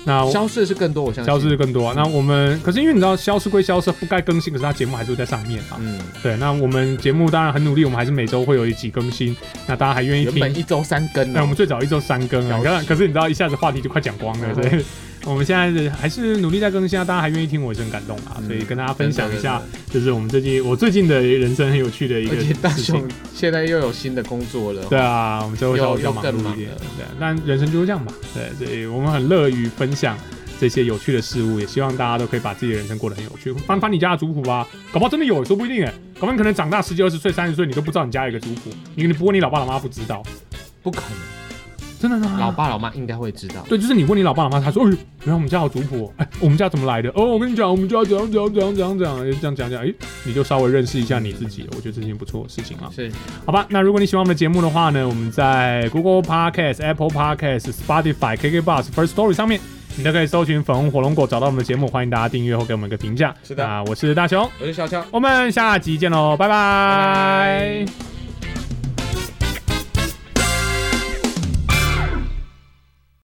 Speaker 1: 那
Speaker 2: 消失的是更多，我相信。
Speaker 1: 消失，更多、啊，那我们可是因为你知道消失归消失，不该更新，可是它节目还是会在上面啊。
Speaker 2: 嗯，
Speaker 1: 对，那我们节目当然很努力，我们还是每周会有一集更新。那大家还愿意
Speaker 2: 原本
Speaker 1: 听？
Speaker 2: 一周三更
Speaker 1: 那我
Speaker 2: 呢
Speaker 1: 们。最早一周三更啊，
Speaker 2: 了解
Speaker 1: 可可是你知道一下子话题就快讲光了，
Speaker 2: 嗯
Speaker 1: 所以我们现在还是努力在更新啊，大家还愿意听，我也是很感动啊。
Speaker 2: 嗯
Speaker 1: 所以跟大家分享一下就
Speaker 2: 真，
Speaker 1: 是我们最近我最近的人生很有趣的一个
Speaker 2: 而且大
Speaker 1: 事情
Speaker 2: 雄。现在又有新的工作了，
Speaker 1: 对啊，我们就会稍微
Speaker 2: 又
Speaker 1: 比较
Speaker 2: 又
Speaker 1: 忙
Speaker 2: 更
Speaker 1: 碌一
Speaker 2: 忙
Speaker 1: 点
Speaker 2: 了。
Speaker 1: 对啊，但人生就是这样吧。对，所以我们很乐于分享这些有趣的事物，也希望大家都可以把自己的人生过得很有趣。翻翻你家的族谱吧，搞不好真的有，也说不一定哎。搞不好你可能长大十几、二十岁、三十岁，你都不知道你家有一个族谱，你你不问你老爸老妈不知道，
Speaker 2: 不可能，
Speaker 1: 真的吗？
Speaker 2: 老爸老妈应该会知道。
Speaker 1: 对，就是你问你老爸老妈，他说：“哎呦，原来我们家有族谱哦，哎，我们家怎么来的？哦，我跟你讲，我们家怎样怎样怎样怎样怎样，哎这样讲讲，哎，你就稍微认识一下你自己了，我觉得这是件不错的事情啊。”
Speaker 2: 是，
Speaker 1: 好吧，那如果你喜欢我们的节目的话呢，我们在 Google Podcast、Apple Podcast、Spotify、KK Bus、First Story 上面，你都可以搜寻“粉红火龙果”找到我们的节目，欢迎大家订阅或给我们一个评价。
Speaker 2: 是的
Speaker 1: 啊，我是大雄，
Speaker 2: 我是小乔。
Speaker 1: 我们下集见喽，拜拜